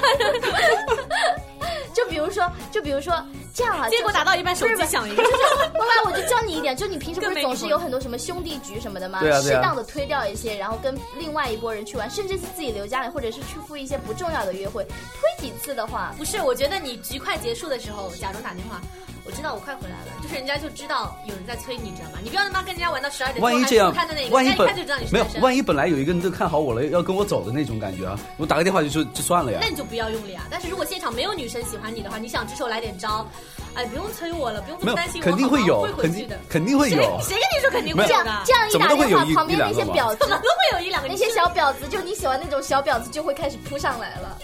[SPEAKER 3] 就比如说，就比如说这样啊，
[SPEAKER 4] 结果
[SPEAKER 3] 就是
[SPEAKER 4] 打到一半，手
[SPEAKER 3] 不
[SPEAKER 4] 机
[SPEAKER 3] 是
[SPEAKER 4] 响一个，
[SPEAKER 3] 爸爸，我就教你一点，就你平时不
[SPEAKER 4] 更
[SPEAKER 3] 是
[SPEAKER 4] 没
[SPEAKER 3] 总是有很多什么兄弟局什么的吗？
[SPEAKER 2] 对啊对啊
[SPEAKER 3] 适当的推掉一些，然后跟另外一拨人去玩，甚至是自己留家里，或者是去赴一些不重要的约会，推几次的话，
[SPEAKER 4] 不是，我觉得你局快结束的时候，假装打电话，我知道我快回来了， 就是人家就知道有人在催你，知道吗？你不要他妈跟人家玩到十二点，
[SPEAKER 2] 万一这样
[SPEAKER 4] 还不看的那，个，
[SPEAKER 2] 万一
[SPEAKER 4] 人家
[SPEAKER 2] 本
[SPEAKER 4] 一看就知道你是
[SPEAKER 2] 没有
[SPEAKER 4] 单，身
[SPEAKER 2] 万一本来有一个人就看好我了，要跟我走的那种感觉啊，我打个电话就说就算了呀
[SPEAKER 4] 那。你就不要用力啊！但是如果现场没有女生喜欢你的话，你想这时候来点招，哎，不用催我了，不用这
[SPEAKER 2] 没
[SPEAKER 4] 么
[SPEAKER 2] 有
[SPEAKER 4] 担心，我，
[SPEAKER 2] 肯定
[SPEAKER 4] 好吗
[SPEAKER 2] 有
[SPEAKER 4] 我会，回
[SPEAKER 2] 肯
[SPEAKER 4] 去
[SPEAKER 2] 定
[SPEAKER 4] 的。
[SPEAKER 2] 肯定会
[SPEAKER 4] 谁
[SPEAKER 2] 有。
[SPEAKER 4] 谁跟你说肯定会
[SPEAKER 2] 没有
[SPEAKER 4] 有
[SPEAKER 3] 这样
[SPEAKER 4] 的？
[SPEAKER 3] 这样一
[SPEAKER 2] 怎么
[SPEAKER 3] 打
[SPEAKER 2] 都会
[SPEAKER 3] 电话
[SPEAKER 2] 有，一
[SPEAKER 3] 旁边
[SPEAKER 2] 一
[SPEAKER 3] 那
[SPEAKER 2] 两
[SPEAKER 3] 些
[SPEAKER 2] 个吧
[SPEAKER 3] 婊
[SPEAKER 4] 怎么
[SPEAKER 3] 子。
[SPEAKER 4] 都会有一两个
[SPEAKER 3] 那些小婊子，就你喜欢那种小婊子，就会开始扑上来了。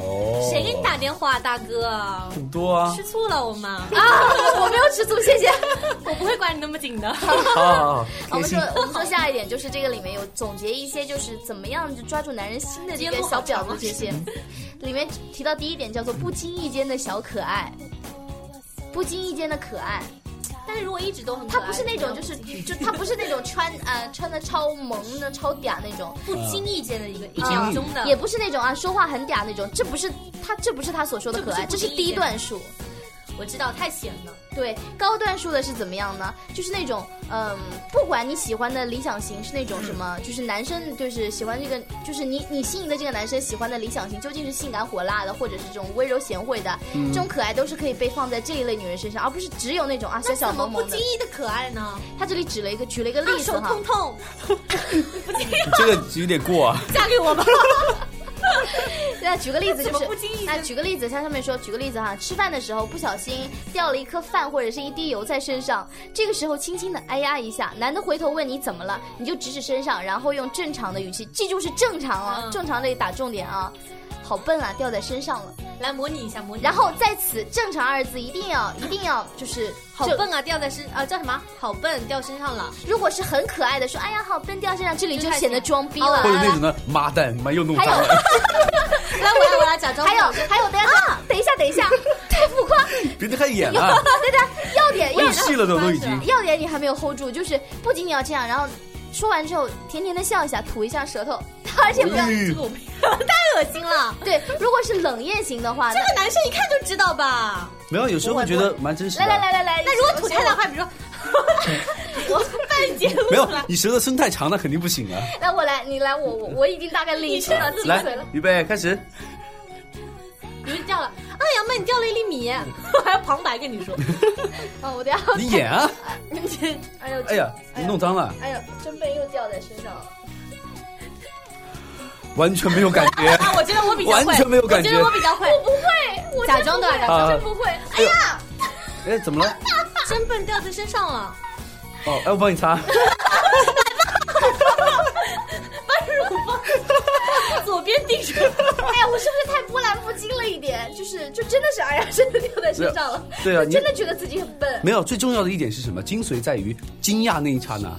[SPEAKER 2] 哦，
[SPEAKER 4] 谁给你打电话，大哥？
[SPEAKER 2] 很多啊
[SPEAKER 4] 吃。醋了我吗？
[SPEAKER 3] 啊，我没有吃醋，谢谢。
[SPEAKER 4] 我不会管你那么紧的。
[SPEAKER 2] 好好好，
[SPEAKER 3] 我
[SPEAKER 2] 贴
[SPEAKER 3] 们
[SPEAKER 2] 心
[SPEAKER 3] 说，我们说下一点，就是这个里面有总结一些，就是怎么样就抓住男人心的这个小婊子这些。
[SPEAKER 4] 啊
[SPEAKER 3] 里面提到第一点叫做不经意间的小可爱，不经意间的可爱。
[SPEAKER 4] 但是如果一直都很可
[SPEAKER 3] 他
[SPEAKER 4] 爱，
[SPEAKER 3] 不是那种就是就他不是那种穿呃穿的超萌的超嗲那种，
[SPEAKER 4] 不经意间的一个一
[SPEAKER 2] 经意
[SPEAKER 4] 秒钟的，
[SPEAKER 3] 也不是那种啊说话很嗲那种，这不是他这不是他所说的可爱，
[SPEAKER 4] 这
[SPEAKER 3] 这
[SPEAKER 4] 不是
[SPEAKER 3] 是
[SPEAKER 4] 不经意
[SPEAKER 3] 低
[SPEAKER 4] 间
[SPEAKER 3] 段数。
[SPEAKER 4] 我知道太闲了。
[SPEAKER 3] 对，高段数的是怎么样呢？就是那种，嗯，不管你喜欢的理想型是那种什么，就是男生就是喜欢这个，就是你你心仪的这个男生喜欢的理想型究竟是性感火辣的，或者是这种温柔贤惠的，这种可爱都是可以被放在这一类女人身上，而不是只有那种啊小
[SPEAKER 4] 那
[SPEAKER 3] 小
[SPEAKER 4] 怎么
[SPEAKER 3] 萌
[SPEAKER 4] 不
[SPEAKER 3] 萌的
[SPEAKER 4] 经。意的可爱呢？
[SPEAKER 3] 他这里指了一个举了一个
[SPEAKER 4] 啊
[SPEAKER 3] 例子
[SPEAKER 4] 手
[SPEAKER 3] 哈
[SPEAKER 4] 痛，痛，
[SPEAKER 2] 这个有点过啊。
[SPEAKER 4] 嫁给我 吧。
[SPEAKER 3] 那举个例子
[SPEAKER 4] 那
[SPEAKER 3] 就
[SPEAKER 4] 怎么
[SPEAKER 3] 是
[SPEAKER 4] 不经意，
[SPEAKER 3] 那举个例子，它上面说，举个例子哈，吃饭的时候不小心掉了一颗饭或者是一滴油在身上，这个时候轻轻的哎呀一下，男的回头问你怎么了，你就指指身上，然后用正常的语气，记住是正常啊，
[SPEAKER 4] 嗯
[SPEAKER 3] 正常这里打重点啊。好笨啊，掉在身上了。
[SPEAKER 4] 来模拟一下，模拟一下。
[SPEAKER 3] 然后在此“正常”二字一定要一定要就是
[SPEAKER 4] 好
[SPEAKER 3] 就
[SPEAKER 4] 笨啊，掉在身啊叫什么？好笨，掉身上 了。
[SPEAKER 3] 如果是很可爱的说“哎呀好笨”掉身上，这里就
[SPEAKER 4] 太哦
[SPEAKER 3] 显得
[SPEAKER 4] 行
[SPEAKER 3] 装逼
[SPEAKER 4] 好
[SPEAKER 3] 了。啊
[SPEAKER 2] 或者那种呢，妈蛋，你妈又弄脏
[SPEAKER 3] 还有
[SPEAKER 2] 了。
[SPEAKER 4] 来，我来，我来，假装。
[SPEAKER 3] 还有还有，等一下、等一下等一 下，太浮夸。
[SPEAKER 2] 别看演
[SPEAKER 4] 啊
[SPEAKER 2] 了，
[SPEAKER 3] 对对，要点
[SPEAKER 2] 我
[SPEAKER 3] 要
[SPEAKER 2] 有
[SPEAKER 3] 点。
[SPEAKER 2] 戏了都都已经。
[SPEAKER 3] 要点你还没有 hold 住，就是不仅仅要这样，然后说完之后甜甜的笑一下，吐一下舌头， 而且不要、
[SPEAKER 4] 这个我没有，太恶心了。
[SPEAKER 3] 对。如果是冷艳型的话，
[SPEAKER 4] 这个男生一看就知道吧？
[SPEAKER 2] 没有，有时候会觉得蛮真实
[SPEAKER 3] 那
[SPEAKER 2] 的。
[SPEAKER 3] 来来来来来，
[SPEAKER 4] 那如果吐太大，话，比如说， 我半截露
[SPEAKER 2] 没有
[SPEAKER 4] 出来，，
[SPEAKER 2] 你舌头伸太长，那肯定不行啊。
[SPEAKER 3] 来我来，你来我我我已经大概领出了自己
[SPEAKER 2] 来
[SPEAKER 3] 嘴了。，
[SPEAKER 2] 预备开始。
[SPEAKER 4] 比如掉了。啊，杨妹，你掉了一粒米，我 还要旁白跟你 说。
[SPEAKER 3] 哦，我等下，
[SPEAKER 2] 你演啊！
[SPEAKER 3] 哎呦，
[SPEAKER 2] 哎呀，你弄脏了，
[SPEAKER 3] 哎呦，真被又掉在身上了。
[SPEAKER 2] 完全没有感觉。
[SPEAKER 4] 啊，我觉得我比较会，
[SPEAKER 2] 完全没有感觉
[SPEAKER 4] 我觉得我比较会，
[SPEAKER 3] 不会，我
[SPEAKER 4] 假装的吧假
[SPEAKER 2] 装
[SPEAKER 3] 我真不会。哎呀，
[SPEAKER 2] 哎，怎么了？
[SPEAKER 4] 真笨掉在身上了。
[SPEAKER 2] 哦，哎，我帮你擦。
[SPEAKER 4] 左边定住，
[SPEAKER 3] 哎呀，我是不是太波澜不惊了一点？就是，就真的是，哎呀，真的掉在身上了。
[SPEAKER 2] 对啊
[SPEAKER 3] 我
[SPEAKER 2] 你
[SPEAKER 3] 真的觉得自己很笨。
[SPEAKER 2] 没有，最重要的一点是什么？精髓在于惊讶那一刹那，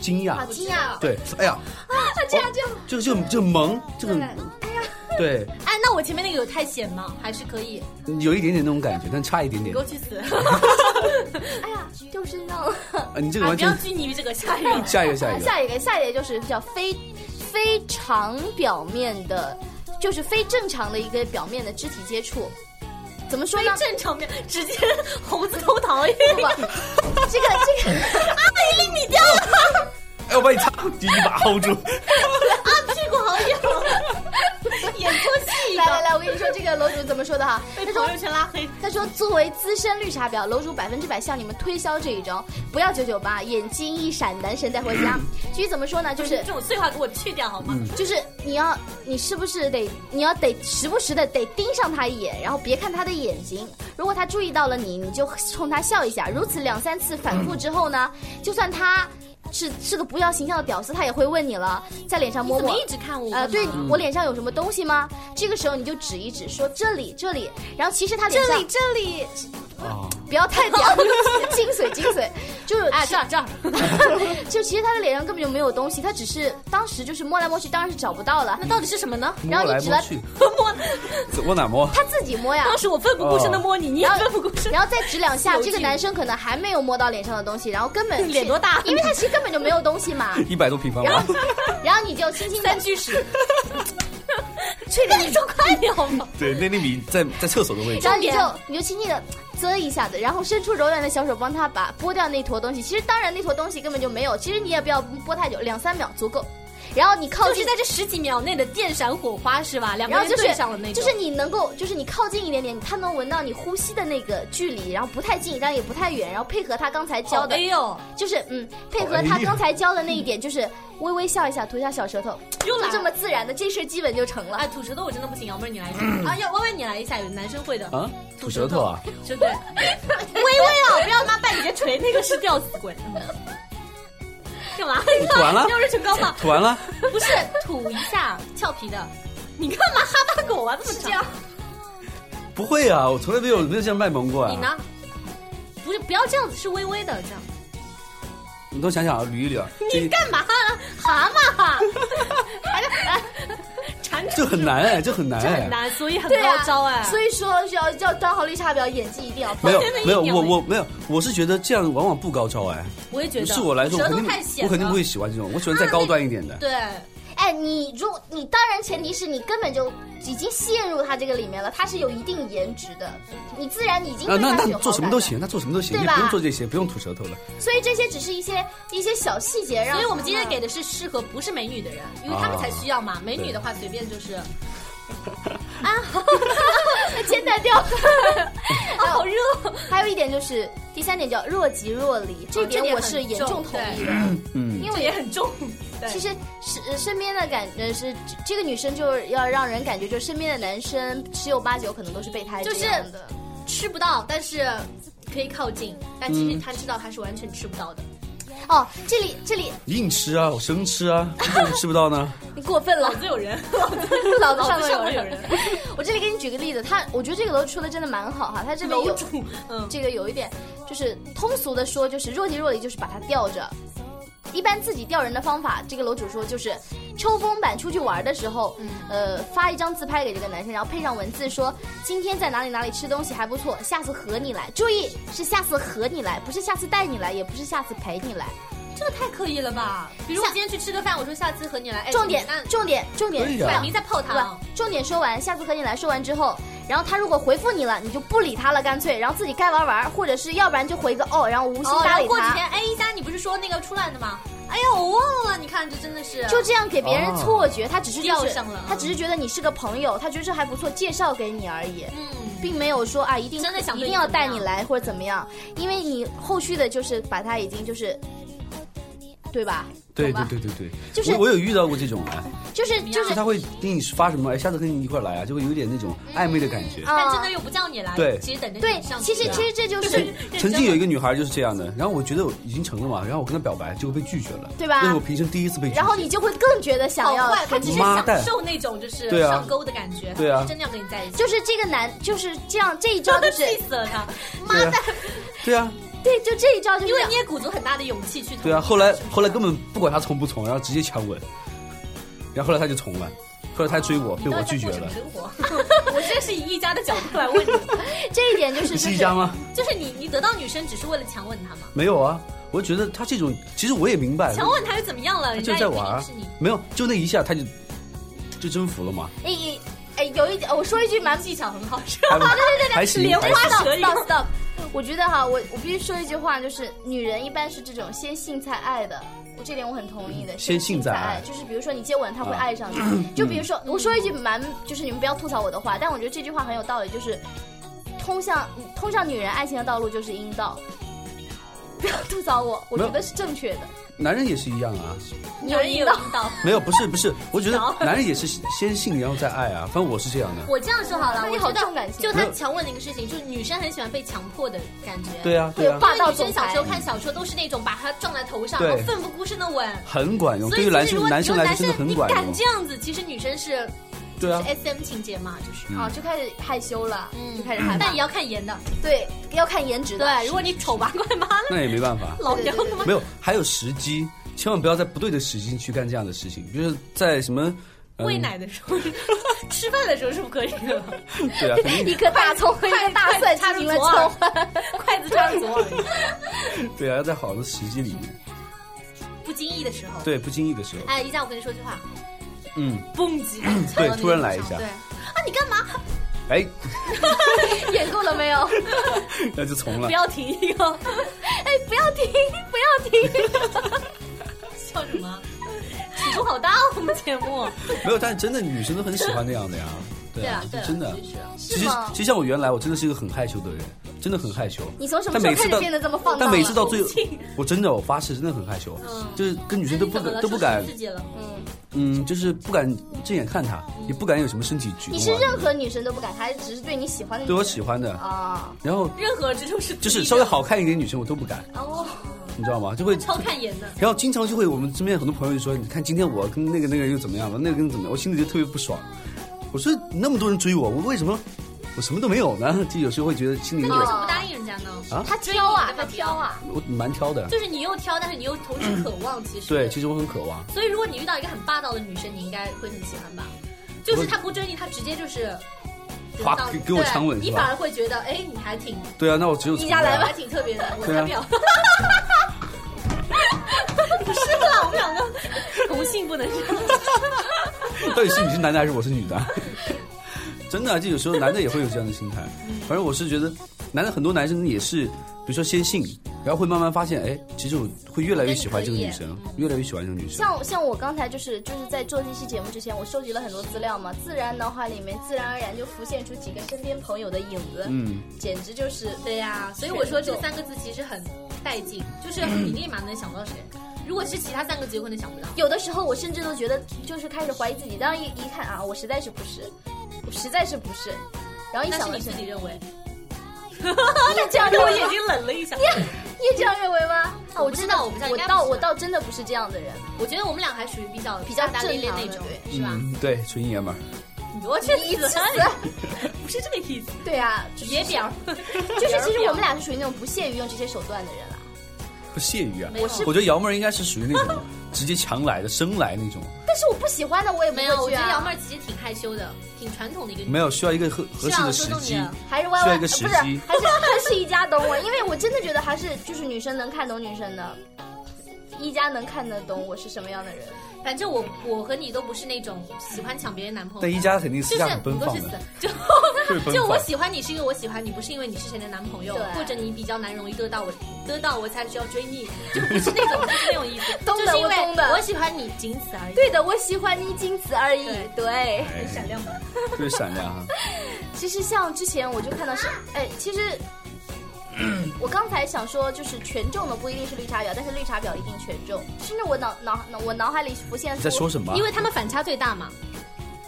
[SPEAKER 2] 惊
[SPEAKER 3] 好
[SPEAKER 2] 讶。
[SPEAKER 3] 惊讶哦，
[SPEAKER 2] 对，哎呀，
[SPEAKER 3] 啊，这样这样，
[SPEAKER 2] 这个就就萌，这个嗯对，
[SPEAKER 4] 哎，那我前面那个有太险吗？还是可以？
[SPEAKER 2] 有一点点那种感觉，但差一点
[SPEAKER 4] 你
[SPEAKER 2] 点
[SPEAKER 4] 给。我去死！
[SPEAKER 3] 哎呀，掉身上了。
[SPEAKER 2] 啊，你 这个
[SPEAKER 4] 啊，
[SPEAKER 2] 完
[SPEAKER 4] 不要
[SPEAKER 2] 全。
[SPEAKER 4] 拘泥于这个，下一个。
[SPEAKER 2] 下一个，下一个。
[SPEAKER 3] 呃下一个，下一个就是叫非非常表面的，就是非正常的一个表面的肢体接 触。怎么说
[SPEAKER 4] 非
[SPEAKER 3] 呢？
[SPEAKER 4] 正常面，直接猴子偷桃一
[SPEAKER 3] 不不，这个 这个
[SPEAKER 4] 啊，一粒米掉了，
[SPEAKER 2] 哎，我帮你擦，第一把 hold 住。
[SPEAKER 4] 啊，屁股好痒，演过戏
[SPEAKER 3] 来来来，我跟你说这个楼主怎么说的哈？
[SPEAKER 4] 被朋友圈拉黑。
[SPEAKER 3] 他说，作为资深绿茶婊，楼主百分之百向你们推销这一招，不要九九八，眼睛一闪，男神带回 家。具体怎么说呢？就
[SPEAKER 4] 就是
[SPEAKER 3] 是嗯
[SPEAKER 4] 这种碎话给我去掉好吗？
[SPEAKER 3] 就是你要，你是不是得，你要得时不时的得盯上他一眼，然后别看他的眼睛。如果他注意到了你，你就冲他笑一下。如此两三次反复之后
[SPEAKER 4] 嗯
[SPEAKER 3] 呢，就算他是是个不要形象的屌丝，他也会问你了，在脸上
[SPEAKER 4] 你
[SPEAKER 3] 摸
[SPEAKER 4] 怎
[SPEAKER 3] 摸
[SPEAKER 4] 么。一直看我？
[SPEAKER 3] 呃，对我脸上有什么东西吗？这个时候你就指一指，说这里这里，然后其实他脸上
[SPEAKER 4] 这里，
[SPEAKER 2] 啊，
[SPEAKER 3] 不要太屌，精髓精髓， 就是
[SPEAKER 4] 哎，这儿这儿，
[SPEAKER 3] 就其实他的脸上根本就没有东西，他只是当时就是摸来摸去，当然是找不到了
[SPEAKER 4] 那。到底是什么呢？
[SPEAKER 3] 然后
[SPEAKER 2] 摸
[SPEAKER 3] 你
[SPEAKER 2] 来
[SPEAKER 3] 指
[SPEAKER 2] 摸
[SPEAKER 3] 了，
[SPEAKER 2] 去，
[SPEAKER 4] 摸，
[SPEAKER 2] 怎我哪摸？
[SPEAKER 3] 他自己摸呀，
[SPEAKER 4] 当时我奋不顾身的摸你，你也
[SPEAKER 3] 然后
[SPEAKER 4] 奋不顾身。
[SPEAKER 3] 然后再指两下，
[SPEAKER 4] 有
[SPEAKER 3] 这个
[SPEAKER 4] 劲
[SPEAKER 3] 男生可能还没有摸到脸上的东西，然后根本
[SPEAKER 4] 脸多大
[SPEAKER 3] 因为他其实根本就没有东西嘛。
[SPEAKER 2] 一百多平方吧，
[SPEAKER 3] 然后你就轻轻的
[SPEAKER 4] 三，居室，去点，你说快点好 吗？
[SPEAKER 2] 对，那那米在在厕所的位置
[SPEAKER 3] 然，后你
[SPEAKER 4] 重点
[SPEAKER 3] 就你就轻轻的啧一下子，然后伸出柔软的小手帮他把拨掉那坨东西。其实当然那坨东西根本就没有，其实你也不要拨太久，两三秒足够。然后你靠
[SPEAKER 4] 就是
[SPEAKER 3] 近
[SPEAKER 4] 在这十几秒内的电闪火花是吧？两个哦
[SPEAKER 3] 然后
[SPEAKER 4] 人
[SPEAKER 3] 就是
[SPEAKER 4] 对上了那种，
[SPEAKER 3] 就是你能够，就是你靠近一点点，他能闻到你呼吸的那个距离，然后不太近，但也不太远，然后配合他刚才教
[SPEAKER 4] 好
[SPEAKER 3] 的，
[SPEAKER 4] 哎呦，
[SPEAKER 3] 就是嗯，配合他刚才教的那一点，就是微微笑一下，吐一下小舌头，
[SPEAKER 4] 又来
[SPEAKER 3] 就
[SPEAKER 4] 了
[SPEAKER 3] 这么自然的，这事儿基本就成了。
[SPEAKER 4] 哎，吐舌头我真的不行，瑶妹儿你来一下啊，要微微你来一下，有男生会的
[SPEAKER 2] 啊吐舌头啊，
[SPEAKER 4] 就对，微微啊，不要妈半截锤，那个是吊死鬼。 干嘛？
[SPEAKER 2] 吐完了
[SPEAKER 4] 要热唇膏吗？
[SPEAKER 2] 吐完了，
[SPEAKER 4] 不是，吐一下俏皮的。你干嘛哈巴狗啊？这么这样？
[SPEAKER 2] 不会啊，我从来没有没有这样卖萌过啊。
[SPEAKER 4] 你呢？不是，不要这样子，是微微的这样。
[SPEAKER 2] 你都想想啊，捋一捋啊，
[SPEAKER 4] 你
[SPEAKER 2] 这
[SPEAKER 4] 干嘛？蛤蟆，啊还是 馋
[SPEAKER 2] 这很难哎，这很难
[SPEAKER 4] 这很
[SPEAKER 2] 哎。
[SPEAKER 4] 难，所以很
[SPEAKER 3] 对
[SPEAKER 4] 高
[SPEAKER 3] 啊，
[SPEAKER 4] 招哎。
[SPEAKER 3] 所以说要要当好绿茶婊，演技一定要
[SPEAKER 2] 没
[SPEAKER 3] 棒。
[SPEAKER 2] 有
[SPEAKER 4] 真的一
[SPEAKER 2] 没有，
[SPEAKER 4] 点
[SPEAKER 2] 我
[SPEAKER 4] 没
[SPEAKER 2] 我没有，我是觉得这样往往不高超哎。
[SPEAKER 4] 我也觉得，
[SPEAKER 2] 是我来说，我
[SPEAKER 4] 舌
[SPEAKER 2] 肯
[SPEAKER 4] 头
[SPEAKER 2] 定
[SPEAKER 4] 太显
[SPEAKER 2] 我肯定
[SPEAKER 4] 了
[SPEAKER 2] 不会。喜欢这种，我喜
[SPEAKER 3] 啊
[SPEAKER 2] 欢再高端一点的。
[SPEAKER 4] 对，
[SPEAKER 3] 哎，你如你当然前提是你根本就已经陷入他这个里面了，他是有一定颜值的，你自然已经
[SPEAKER 4] 呃
[SPEAKER 2] 啊，
[SPEAKER 3] 对
[SPEAKER 2] 那
[SPEAKER 3] 他是
[SPEAKER 2] 那
[SPEAKER 3] 有
[SPEAKER 2] 做
[SPEAKER 3] 好
[SPEAKER 2] 什么
[SPEAKER 3] 感
[SPEAKER 2] 都
[SPEAKER 3] 的。
[SPEAKER 2] 行，那做什么都行，
[SPEAKER 3] 对
[SPEAKER 2] 你
[SPEAKER 3] 吧
[SPEAKER 2] 不用做这些，不用吐舌头了。
[SPEAKER 3] 所以这些只是一些一些小细节，让
[SPEAKER 4] 所以我们今天给的是适合不是美女的人，因为
[SPEAKER 2] 啊
[SPEAKER 4] 他们才需要嘛。美女的话随便就是，啊，
[SPEAKER 3] 肩带 掉。
[SPEAKER 4] 好热。
[SPEAKER 3] 哦还有一点就是，第三点叫若即若离，这点
[SPEAKER 4] 点
[SPEAKER 3] 我
[SPEAKER 4] 很
[SPEAKER 3] 是严
[SPEAKER 4] 重
[SPEAKER 3] 重同
[SPEAKER 4] 对
[SPEAKER 3] 意的。
[SPEAKER 2] 嗯，
[SPEAKER 4] 因为也很重。对
[SPEAKER 3] 其实是呃身边的感觉是，这个女生就是要让人感觉，就是身边的男生十有八九可能都是备胎
[SPEAKER 4] 就是
[SPEAKER 3] 这样的。
[SPEAKER 4] 吃不到，但是可以靠近。但其实他知道他是完全吃不到的。
[SPEAKER 3] 哦，这里这里
[SPEAKER 2] 硬吃啊，我生吃 啊，怎么吃不到呢？
[SPEAKER 3] 你过分了
[SPEAKER 4] 老，子有人，
[SPEAKER 3] 老子
[SPEAKER 4] 老
[SPEAKER 3] 上
[SPEAKER 4] 子
[SPEAKER 3] 面
[SPEAKER 4] 上
[SPEAKER 3] 有
[SPEAKER 4] 面有
[SPEAKER 3] 人。
[SPEAKER 4] 人，嗯
[SPEAKER 3] 我这里给你举个例子，他我觉得这个楼出的真的蛮好哈，他这边
[SPEAKER 4] 楼
[SPEAKER 3] 有
[SPEAKER 4] 主，嗯，
[SPEAKER 3] 这个有一点，就是通俗的说，就是若即若离，就是把它吊着。一般自己吊人的方法，这个楼主说就是，抽风版出去玩的时候，
[SPEAKER 4] 嗯
[SPEAKER 3] 呃，发一张自拍给这个男生，然后配上文字说今天在哪里哪里吃东西还不错，下次和你来。注意是下次和你来，不是下次带你来，也不是下次陪你来。
[SPEAKER 4] 这个太刻意了吧？比如我
[SPEAKER 3] 下
[SPEAKER 4] 今天去吃个饭，我说下次和你来，哎
[SPEAKER 3] 重点
[SPEAKER 4] 那，
[SPEAKER 3] 重点，重点
[SPEAKER 2] 可以，啊
[SPEAKER 4] 摆明在泡汤。
[SPEAKER 3] 不，重点说完，下次和你来说完之后，然后他如果回复你了，你就不理他了，干脆，然后自己该玩玩，或者是要不然就回个哦，然后无心
[SPEAKER 4] 哦，然
[SPEAKER 3] 搭
[SPEAKER 4] 后
[SPEAKER 3] 理他。
[SPEAKER 4] 过几天，哎，一佳，你不是说那个出来的吗？哎呀，我忘了，你看这真的是，
[SPEAKER 3] 就这样给别人错觉，他只是就
[SPEAKER 4] 钓
[SPEAKER 3] 是
[SPEAKER 4] 上了
[SPEAKER 3] 他只是觉得你是个朋友，他觉得这还不错，介绍给你而已，
[SPEAKER 4] 嗯，
[SPEAKER 3] 并没有说啊一定
[SPEAKER 4] 真的想
[SPEAKER 3] 一
[SPEAKER 4] 对
[SPEAKER 3] 定
[SPEAKER 4] 你
[SPEAKER 3] 要
[SPEAKER 4] 怎么
[SPEAKER 3] 带
[SPEAKER 4] 样
[SPEAKER 3] 你来或者怎么样，因为你后续的就是把他已经就是，对吧？
[SPEAKER 2] 对
[SPEAKER 3] 懂吧
[SPEAKER 2] 对对对对，
[SPEAKER 3] 就是
[SPEAKER 2] 我我有遇到过这种啊，
[SPEAKER 3] 就是就
[SPEAKER 2] 就是
[SPEAKER 3] 是
[SPEAKER 2] 他会给你发什么，哎，下次跟你一块儿来啊，就会有点那种暧昧的感觉。
[SPEAKER 3] 啊
[SPEAKER 4] 但真的又不叫你来，
[SPEAKER 2] 对
[SPEAKER 4] 其实等着
[SPEAKER 3] 对
[SPEAKER 4] 你上，去
[SPEAKER 3] 其实
[SPEAKER 4] 啊
[SPEAKER 3] 其实这就是。
[SPEAKER 2] 曾经有一个女孩就是这样的，然后我觉得我已经成了嘛，然后我跟她表白，结果被拒绝了，
[SPEAKER 3] 对吧
[SPEAKER 2] 那是我平生第一次被拒绝。
[SPEAKER 3] 然后你就会更觉得想
[SPEAKER 4] 好
[SPEAKER 3] 要
[SPEAKER 4] 坏，啊他
[SPEAKER 3] 跟
[SPEAKER 4] 只
[SPEAKER 3] 你
[SPEAKER 4] 是
[SPEAKER 2] 妈
[SPEAKER 4] 享
[SPEAKER 2] 蛋
[SPEAKER 4] 受那种就是
[SPEAKER 2] 对啊
[SPEAKER 4] 上钩的感觉，
[SPEAKER 2] 对啊
[SPEAKER 4] 他不是真的要跟你在一起，
[SPEAKER 3] 就是这个男就是这样这一招就是
[SPEAKER 4] 气死了他。
[SPEAKER 2] 对啊，对啊，
[SPEAKER 3] 对，就这一招就是
[SPEAKER 4] 因为你也鼓足很大的勇气去投
[SPEAKER 2] 对啊，
[SPEAKER 4] 入
[SPEAKER 2] 后来
[SPEAKER 4] 是不是
[SPEAKER 2] 后来根本不管他从不从，然后直接强吻，然后后来他就从了，后来他追我，被我拒绝了
[SPEAKER 4] 你。都在过什么生活，我 这是以一家的角度来问你，
[SPEAKER 3] 这一点就是
[SPEAKER 2] 你
[SPEAKER 3] 就是是
[SPEAKER 2] 一家吗？
[SPEAKER 4] 就是你你得到女生只是为了强吻她吗？
[SPEAKER 2] 没有啊，我觉得他这种，其实我也明白，
[SPEAKER 4] 强吻她又怎么样了？
[SPEAKER 2] 他
[SPEAKER 4] 人
[SPEAKER 2] 嗯就
[SPEAKER 4] 家也
[SPEAKER 2] 在
[SPEAKER 4] 不一
[SPEAKER 2] 玩啊
[SPEAKER 4] 定
[SPEAKER 2] 儿
[SPEAKER 4] 是你，
[SPEAKER 2] 没有，就那一下他就就征服了 嘛，
[SPEAKER 3] 哎哎哎，有一点我说一句蛮
[SPEAKER 4] 技巧很好，是
[SPEAKER 3] 哦
[SPEAKER 2] 还
[SPEAKER 4] 吧？
[SPEAKER 2] 还行，
[SPEAKER 4] 莲
[SPEAKER 2] 还
[SPEAKER 4] 花
[SPEAKER 2] 行
[SPEAKER 4] 的
[SPEAKER 3] stop
[SPEAKER 4] 蛇
[SPEAKER 3] stop stop。我觉得哈，我我必须说一句话，就是女人一般是这种先性再爱的，我这点我很同意的。
[SPEAKER 2] 先
[SPEAKER 3] 性
[SPEAKER 2] 性再
[SPEAKER 3] 爱
[SPEAKER 2] 爱，
[SPEAKER 3] 就是比如说你接吻，他
[SPEAKER 2] 啊
[SPEAKER 3] 会爱上你。就比
[SPEAKER 2] 嗯
[SPEAKER 3] 如说，我说一句蛮，就是你们不要吐槽我的话，但我觉得这句话很有道理，就是通向通向女人爱情的道路就是阴道。 不要吐槽我，我
[SPEAKER 2] 没
[SPEAKER 3] 觉
[SPEAKER 2] 有
[SPEAKER 3] 得是正确的。
[SPEAKER 2] 男人也是一样啊。
[SPEAKER 3] 有
[SPEAKER 4] 人也
[SPEAKER 3] 阴
[SPEAKER 4] 有
[SPEAKER 3] 道，
[SPEAKER 4] 阴道。
[SPEAKER 2] 没有，不是不是，我 觉得男人也是先性然后再爱啊，反正我是这样的。
[SPEAKER 4] 我这样说好了，
[SPEAKER 3] 那你
[SPEAKER 4] 我
[SPEAKER 3] 好
[SPEAKER 4] 觉得
[SPEAKER 3] 重感情
[SPEAKER 4] 就他强吻的一个事情，就是女生很喜欢被强迫的感觉。
[SPEAKER 2] 对啊对啊，
[SPEAKER 3] 霸
[SPEAKER 4] 因为
[SPEAKER 3] 道
[SPEAKER 4] 女生
[SPEAKER 3] 总
[SPEAKER 4] 小
[SPEAKER 3] 裁
[SPEAKER 4] 时候看小说都是那种把他撞在头上，
[SPEAKER 2] 对
[SPEAKER 4] 然后奋不顾身的吻。
[SPEAKER 2] 很管用，
[SPEAKER 4] 所
[SPEAKER 2] 对
[SPEAKER 4] 以
[SPEAKER 2] 于
[SPEAKER 4] 其
[SPEAKER 2] 男
[SPEAKER 4] 实
[SPEAKER 2] 生
[SPEAKER 4] 如果
[SPEAKER 2] 男生
[SPEAKER 4] 你
[SPEAKER 2] 来
[SPEAKER 4] 说
[SPEAKER 2] 说真的很
[SPEAKER 4] 你
[SPEAKER 2] 管
[SPEAKER 4] 敢
[SPEAKER 2] 用
[SPEAKER 4] 这。样子，其实女生是
[SPEAKER 2] 对啊嗯
[SPEAKER 4] 是，S M 情节嘛，就是。
[SPEAKER 3] 啊，就开始害羞了，就开始害
[SPEAKER 4] 嗯但
[SPEAKER 3] 怕
[SPEAKER 4] 也。要看颜的，
[SPEAKER 3] 对，要看颜值的。
[SPEAKER 4] 对，如果你丑八怪妈了，
[SPEAKER 2] 那也没办法。
[SPEAKER 4] 老娘他妈
[SPEAKER 2] 没有，还有时机，千万不要在不对的时机去干这样的事情，就是在什么。嗯
[SPEAKER 4] 喂奶的时候， 吃饭的时候是不可以的。
[SPEAKER 2] 对啊，肯定
[SPEAKER 3] 一颗大葱和一个大蒜
[SPEAKER 4] 插入
[SPEAKER 3] 进行了
[SPEAKER 4] 左
[SPEAKER 3] 交
[SPEAKER 4] 耳
[SPEAKER 3] 换。，
[SPEAKER 4] 筷子插入左耳，
[SPEAKER 2] 对啊，要在好的时机里面，
[SPEAKER 4] 不经意的时候。
[SPEAKER 2] 对，不经意的时候，
[SPEAKER 4] 哎，一下我跟你说句话，
[SPEAKER 2] 嗯，
[SPEAKER 4] 蹦极，
[SPEAKER 2] 对突然来一下
[SPEAKER 4] 对，啊，你干嘛？
[SPEAKER 2] 哎，
[SPEAKER 3] 演够了没有？
[SPEAKER 2] 那就从了
[SPEAKER 4] 不。要停一个，
[SPEAKER 3] 哎，不要停，不要停。
[SPEAKER 4] 笑什么？尺度好大哦，我们节目。
[SPEAKER 2] 没有，但是真的女生都很喜欢那样的呀。对啊，
[SPEAKER 4] 对啊对啊
[SPEAKER 2] 就真的。其
[SPEAKER 3] 是
[SPEAKER 2] 实
[SPEAKER 3] 吗
[SPEAKER 2] 其实像我原来，我真的是一个很害羞的人，真的很害羞。
[SPEAKER 3] 你从什么
[SPEAKER 2] 但每次
[SPEAKER 3] 时候开始
[SPEAKER 2] 到
[SPEAKER 3] 变得这么放荡了？
[SPEAKER 2] 但每次到最
[SPEAKER 4] 同情，
[SPEAKER 2] 我真的我发誓，真的很害羞，就是跟女生都不
[SPEAKER 4] 那你
[SPEAKER 2] 敢
[SPEAKER 4] 怎么了
[SPEAKER 2] 都不
[SPEAKER 4] 说出
[SPEAKER 2] 敢，
[SPEAKER 4] 自己了。
[SPEAKER 3] 嗯，
[SPEAKER 2] 嗯，就是不敢正眼看她，也不敢有什么身体举动啊。
[SPEAKER 3] 你是任何女生都不敢，还是只是对你喜欢的女
[SPEAKER 2] 对
[SPEAKER 3] 生？
[SPEAKER 2] 我喜欢的，
[SPEAKER 3] 啊，
[SPEAKER 2] 然后
[SPEAKER 4] 任何这都是
[SPEAKER 2] 就是稍微好看一点的女生我都不敢，
[SPEAKER 4] 哦，
[SPEAKER 2] 你知道吗？就会
[SPEAKER 4] 超看颜的。
[SPEAKER 2] 然后经常就会，我们身边很多朋友就说：“你看今天我跟那个那个人又怎么样了，那个跟怎么样？”我心里就特别不爽。我说那么多人追我，我为什么我什么都没有呢？ 就有时候会觉得心里
[SPEAKER 4] 那
[SPEAKER 2] 有
[SPEAKER 4] 你为什
[SPEAKER 2] 点，
[SPEAKER 4] 么不答应人家呢？
[SPEAKER 2] 啊
[SPEAKER 3] 他哦挑啊，
[SPEAKER 4] 追
[SPEAKER 3] 他
[SPEAKER 4] 你
[SPEAKER 3] 挑啊，
[SPEAKER 2] 我蛮挑的。
[SPEAKER 4] 就是你又挑，但是你又同时渴望，其实
[SPEAKER 2] 对，其实我很渴望。
[SPEAKER 4] 所以如果你遇到一个很霸道的女生，你应该会很喜欢吧？就是她不追你，她直接就是
[SPEAKER 2] 哗
[SPEAKER 4] 到
[SPEAKER 2] 给给我强吻
[SPEAKER 4] 对
[SPEAKER 2] 是
[SPEAKER 4] 你
[SPEAKER 2] 吧
[SPEAKER 4] 反而会觉得，哎，你还挺
[SPEAKER 2] 对啊，那我只有
[SPEAKER 4] 你
[SPEAKER 2] 从
[SPEAKER 4] 家来吧，
[SPEAKER 2] 了
[SPEAKER 4] 还挺特别的，我
[SPEAKER 2] 对啊
[SPEAKER 4] 才不要。不是啦，我们两个同性不能这样。
[SPEAKER 2] 到底是你是男的还是我是女的？ 真的啊，就有时候男的也会有这样的心态。反正我是觉得，男的很多男生也是，比如说先性，然后会慢慢发现，哎，其实我会越来越喜欢这个女生，越来越喜欢这个女生。
[SPEAKER 3] 像像我刚才就是就是在做这期节目之前，我收集了很多资料嘛，自然脑海里面自然而然就浮现出几个身边朋友的影子，
[SPEAKER 2] 嗯，
[SPEAKER 3] 简直就是
[SPEAKER 4] 对呀、所以我说这三个字其实很带劲，就是你立马能想到谁。如果是其他三个字，有可能想不到。
[SPEAKER 3] 有的时候我甚至都觉得就是开始怀疑自己，当然一一看啊，我实在是不是，我实在是不是，然后一
[SPEAKER 4] 但
[SPEAKER 3] 想
[SPEAKER 4] 是
[SPEAKER 3] 了
[SPEAKER 4] 你
[SPEAKER 3] 想
[SPEAKER 4] 自，己认为，
[SPEAKER 3] 你也这样认为吗？
[SPEAKER 4] 睛冷了一下。
[SPEAKER 3] 你也这样认为吗？啊，
[SPEAKER 4] 我
[SPEAKER 3] 我
[SPEAKER 4] 不知
[SPEAKER 3] 真
[SPEAKER 4] 道
[SPEAKER 3] 的
[SPEAKER 4] 我不知道
[SPEAKER 3] 我
[SPEAKER 4] 应该不
[SPEAKER 3] 倒
[SPEAKER 4] 是
[SPEAKER 3] 我倒真的不是这样的人，
[SPEAKER 4] 我觉得我们俩还属于比较
[SPEAKER 3] 比较
[SPEAKER 4] 大大咧咧
[SPEAKER 3] 正常
[SPEAKER 4] 那
[SPEAKER 3] 的
[SPEAKER 4] 种，
[SPEAKER 3] 对
[SPEAKER 4] 是吧？
[SPEAKER 2] 嗯，对，纯爷们儿。
[SPEAKER 4] 你给我去
[SPEAKER 3] 你去
[SPEAKER 4] 死！
[SPEAKER 3] 死！
[SPEAKER 4] 不是这个意思，
[SPEAKER 3] 对啊，就是
[SPEAKER 4] 野嗯表。
[SPEAKER 3] 就是其实我们俩是属于那种不屑于用这些手段的人啊。
[SPEAKER 2] 不屑于啊。
[SPEAKER 4] 没有我是
[SPEAKER 2] 觉得瑶妹儿应该是属于那种 直接强来的、生来那种，
[SPEAKER 3] 但是我不喜欢的我也不
[SPEAKER 4] 没有，我
[SPEAKER 3] 会去
[SPEAKER 4] 觉得瑶
[SPEAKER 3] 啊
[SPEAKER 4] 妹。儿其实挺害羞的，挺传统的一个女。
[SPEAKER 2] 没有需要一个合合
[SPEAKER 4] 是
[SPEAKER 2] 适
[SPEAKER 4] 啊，
[SPEAKER 2] 的
[SPEAKER 4] 我
[SPEAKER 2] 时
[SPEAKER 4] 说中你
[SPEAKER 2] 机。
[SPEAKER 4] 了。
[SPEAKER 3] 还是 Y
[SPEAKER 2] 需
[SPEAKER 3] Y
[SPEAKER 2] 要一
[SPEAKER 3] 不
[SPEAKER 2] 个
[SPEAKER 3] 是，
[SPEAKER 2] 时
[SPEAKER 3] 还
[SPEAKER 2] 机
[SPEAKER 3] 是还是一家懂我，因为我真的觉得还是就是女生能看懂女生的，一家能看得懂我是什么样的人。
[SPEAKER 4] 反正我我和你都不是那种喜欢抢别人男朋友
[SPEAKER 2] 但
[SPEAKER 4] 的。
[SPEAKER 2] 一家肯定私
[SPEAKER 4] 就是
[SPEAKER 2] 下很奔
[SPEAKER 4] 我都
[SPEAKER 2] 放
[SPEAKER 4] 是 死
[SPEAKER 2] 的，，会
[SPEAKER 4] 就
[SPEAKER 2] 奔
[SPEAKER 4] 就我
[SPEAKER 2] 放
[SPEAKER 4] 喜欢你是因为我喜欢你，不是因为你是谁的男朋友
[SPEAKER 3] 对，
[SPEAKER 4] 或者你比较难容易得到我，得到我才需要追你，就不是那种不是那种意 思，
[SPEAKER 3] 懂
[SPEAKER 4] 就
[SPEAKER 3] 的
[SPEAKER 4] 是因为
[SPEAKER 3] 我懂的
[SPEAKER 4] 我喜欢你，仅此而已。
[SPEAKER 3] 对的，我喜欢你，仅此而已。对，
[SPEAKER 2] 哎
[SPEAKER 4] 闪亮吧，
[SPEAKER 2] 特别闪亮啊哈。
[SPEAKER 3] 其实像之前我就看到是，哎，其实。我刚才想说，就是权重的不一定是绿茶婊，但是绿茶婊一定权重。甚至我脑脑脑我脑海里浮现
[SPEAKER 2] 你
[SPEAKER 3] 出
[SPEAKER 2] 在说什么？啊
[SPEAKER 4] 因为他们反差最大嘛。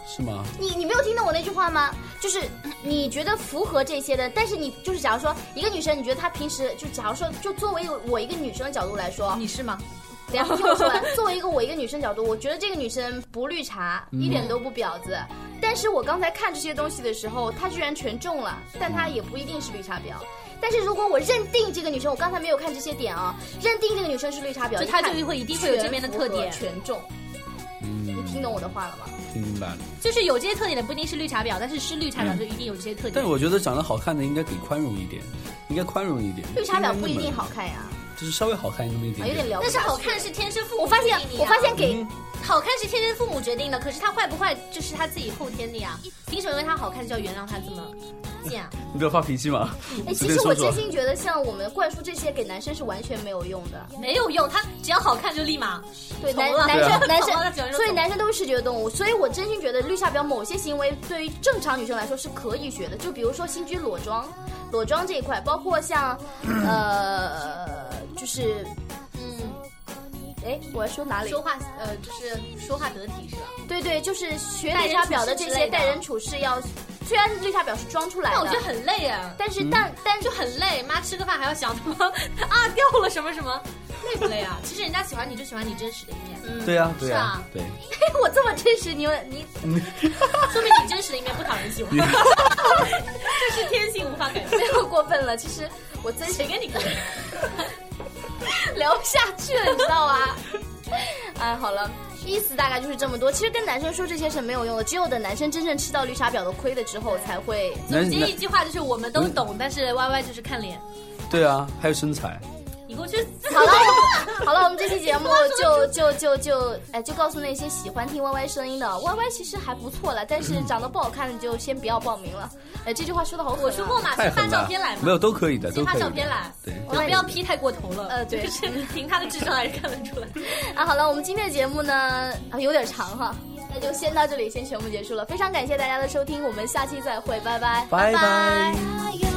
[SPEAKER 2] 是吗？
[SPEAKER 3] 你你没有听懂我那句话吗？就是你觉得符合这些的，但是你就是假如说一个女生，你觉得她平时就假如说就作为我一个女生的角度来说，
[SPEAKER 4] 你是吗？
[SPEAKER 3] 等一下听我说完。作为一个我一个女生角度，我觉得这个女生不绿茶，一点都不婊子。但是我刚才看这些东西的时候，她居然全中了，但她也不一定是绿茶婊。但是如果我认定这个女生，我刚才没有看这些点啊，认定这个女生是绿茶婊，
[SPEAKER 4] 就她
[SPEAKER 3] 一看
[SPEAKER 4] 就会一定会有这边的特点
[SPEAKER 3] 全符合全中。你
[SPEAKER 2] 嗯，
[SPEAKER 3] 听懂我的话了吗？
[SPEAKER 2] 听明白了。
[SPEAKER 4] 就是有这些特点的不一定是绿茶婊，但是是绿茶婊就一定有这些特点。
[SPEAKER 2] 嗯但我觉得长得好看的应该给宽容一点，应该宽容一点。
[SPEAKER 3] 绿茶婊
[SPEAKER 2] 应该那么
[SPEAKER 3] 不一定好，看呀，
[SPEAKER 2] 就是稍微好看那么一
[SPEAKER 3] 啊，
[SPEAKER 2] 点
[SPEAKER 3] 有点
[SPEAKER 2] 点。
[SPEAKER 3] 聊不
[SPEAKER 4] 但
[SPEAKER 3] 下去。
[SPEAKER 4] 是好看是天生父母啊
[SPEAKER 3] 我发现
[SPEAKER 4] 决定，的
[SPEAKER 3] 我
[SPEAKER 4] 呀
[SPEAKER 3] 发现给
[SPEAKER 4] 好看是天生父母决定的，可是他坏不坏就是他自己后天的呀。凭什么因为他好看就要原谅他这么见。
[SPEAKER 2] 你不要发脾气嘛，随
[SPEAKER 3] 哎，其
[SPEAKER 2] 便
[SPEAKER 3] 实我
[SPEAKER 2] 说
[SPEAKER 3] 真
[SPEAKER 2] 说。
[SPEAKER 3] 心觉得像我们灌输这些给男生是完全没有用的。
[SPEAKER 4] 没有用，他只要好看就立马
[SPEAKER 3] 对
[SPEAKER 4] 从
[SPEAKER 3] 男
[SPEAKER 4] 了
[SPEAKER 3] 男
[SPEAKER 2] 对啊
[SPEAKER 3] 生男
[SPEAKER 4] 从了只要
[SPEAKER 3] 生，
[SPEAKER 4] 是
[SPEAKER 3] 所以
[SPEAKER 4] 从
[SPEAKER 3] 男生都是视觉动物，所以我真心觉得绿茶婊某些行为对于正常女生来说是可以学的，就比如说新居裸妆，裸妆这一块，包括像呃，就是
[SPEAKER 4] 嗯
[SPEAKER 3] 哎，我要说哪里
[SPEAKER 4] 说？话呃就是说话得体是吧？
[SPEAKER 3] 对对，就是学
[SPEAKER 4] 待
[SPEAKER 3] 绿
[SPEAKER 4] 人
[SPEAKER 3] 茶
[SPEAKER 4] 处
[SPEAKER 3] 婊
[SPEAKER 4] 事
[SPEAKER 3] 的
[SPEAKER 4] 之
[SPEAKER 3] 这
[SPEAKER 4] 类
[SPEAKER 3] 些
[SPEAKER 4] 的
[SPEAKER 3] 待人处事要，虽然绿茶婊是装出来
[SPEAKER 4] 那我觉得
[SPEAKER 3] 的，
[SPEAKER 4] 很累啊，
[SPEAKER 3] 但是但但
[SPEAKER 4] 就很累。妈吃个饭还要想他妈啊掉了什么什么，累不 累啊？其实人家喜欢你就喜欢你真实的一面，
[SPEAKER 3] 嗯
[SPEAKER 2] 对呀、对呀、
[SPEAKER 4] 啊
[SPEAKER 2] 对。
[SPEAKER 3] 我这么真实，你有你
[SPEAKER 4] 说明你真实的一面不讨人喜 欢，这是天性无法改变。
[SPEAKER 3] 不要过分了。其实我真
[SPEAKER 4] 谁跟你过？
[SPEAKER 3] 聊不下去了，你知道吗？ 哎，好了，意思大概就是这么多。其实跟男生说这些是没有用的，只有等男生真正吃到绿茶婊的亏了之后，才 会
[SPEAKER 2] 男
[SPEAKER 4] 总结
[SPEAKER 2] 男
[SPEAKER 4] 一句话就是我们都懂，但是 Y Y 就是看脸。
[SPEAKER 2] 对啊，还有身材，
[SPEAKER 4] 你给我去死！
[SPEAKER 3] 好了。好了，我们这期节目就就就就哎，就告诉那些喜欢听 Y Y 声音的，Y Y 其实还不错了，但
[SPEAKER 4] 嗯
[SPEAKER 3] 是长得不好看的就先不要报名了。哎，这句话说的好狠、啊，
[SPEAKER 4] 我说过嘛，
[SPEAKER 2] 太
[SPEAKER 4] 先发
[SPEAKER 2] 狠
[SPEAKER 4] 照
[SPEAKER 2] 了
[SPEAKER 4] 片来。嘛，
[SPEAKER 2] 没有，都可以的，
[SPEAKER 4] 先
[SPEAKER 2] 都
[SPEAKER 4] 发
[SPEAKER 2] 可以
[SPEAKER 4] 照
[SPEAKER 2] 的。
[SPEAKER 4] 片来，
[SPEAKER 2] 对
[SPEAKER 4] 然后不要 P 太过头了。
[SPEAKER 3] 呃对
[SPEAKER 4] 就是凭他的智商还是看得出来。
[SPEAKER 3] 啊，好了，我们今天的节目呢啊有点长哈，那就先到这里，先全部结束了。非常感谢大家的收听，我们下期再会，拜拜。
[SPEAKER 2] 拜拜。
[SPEAKER 1] 大有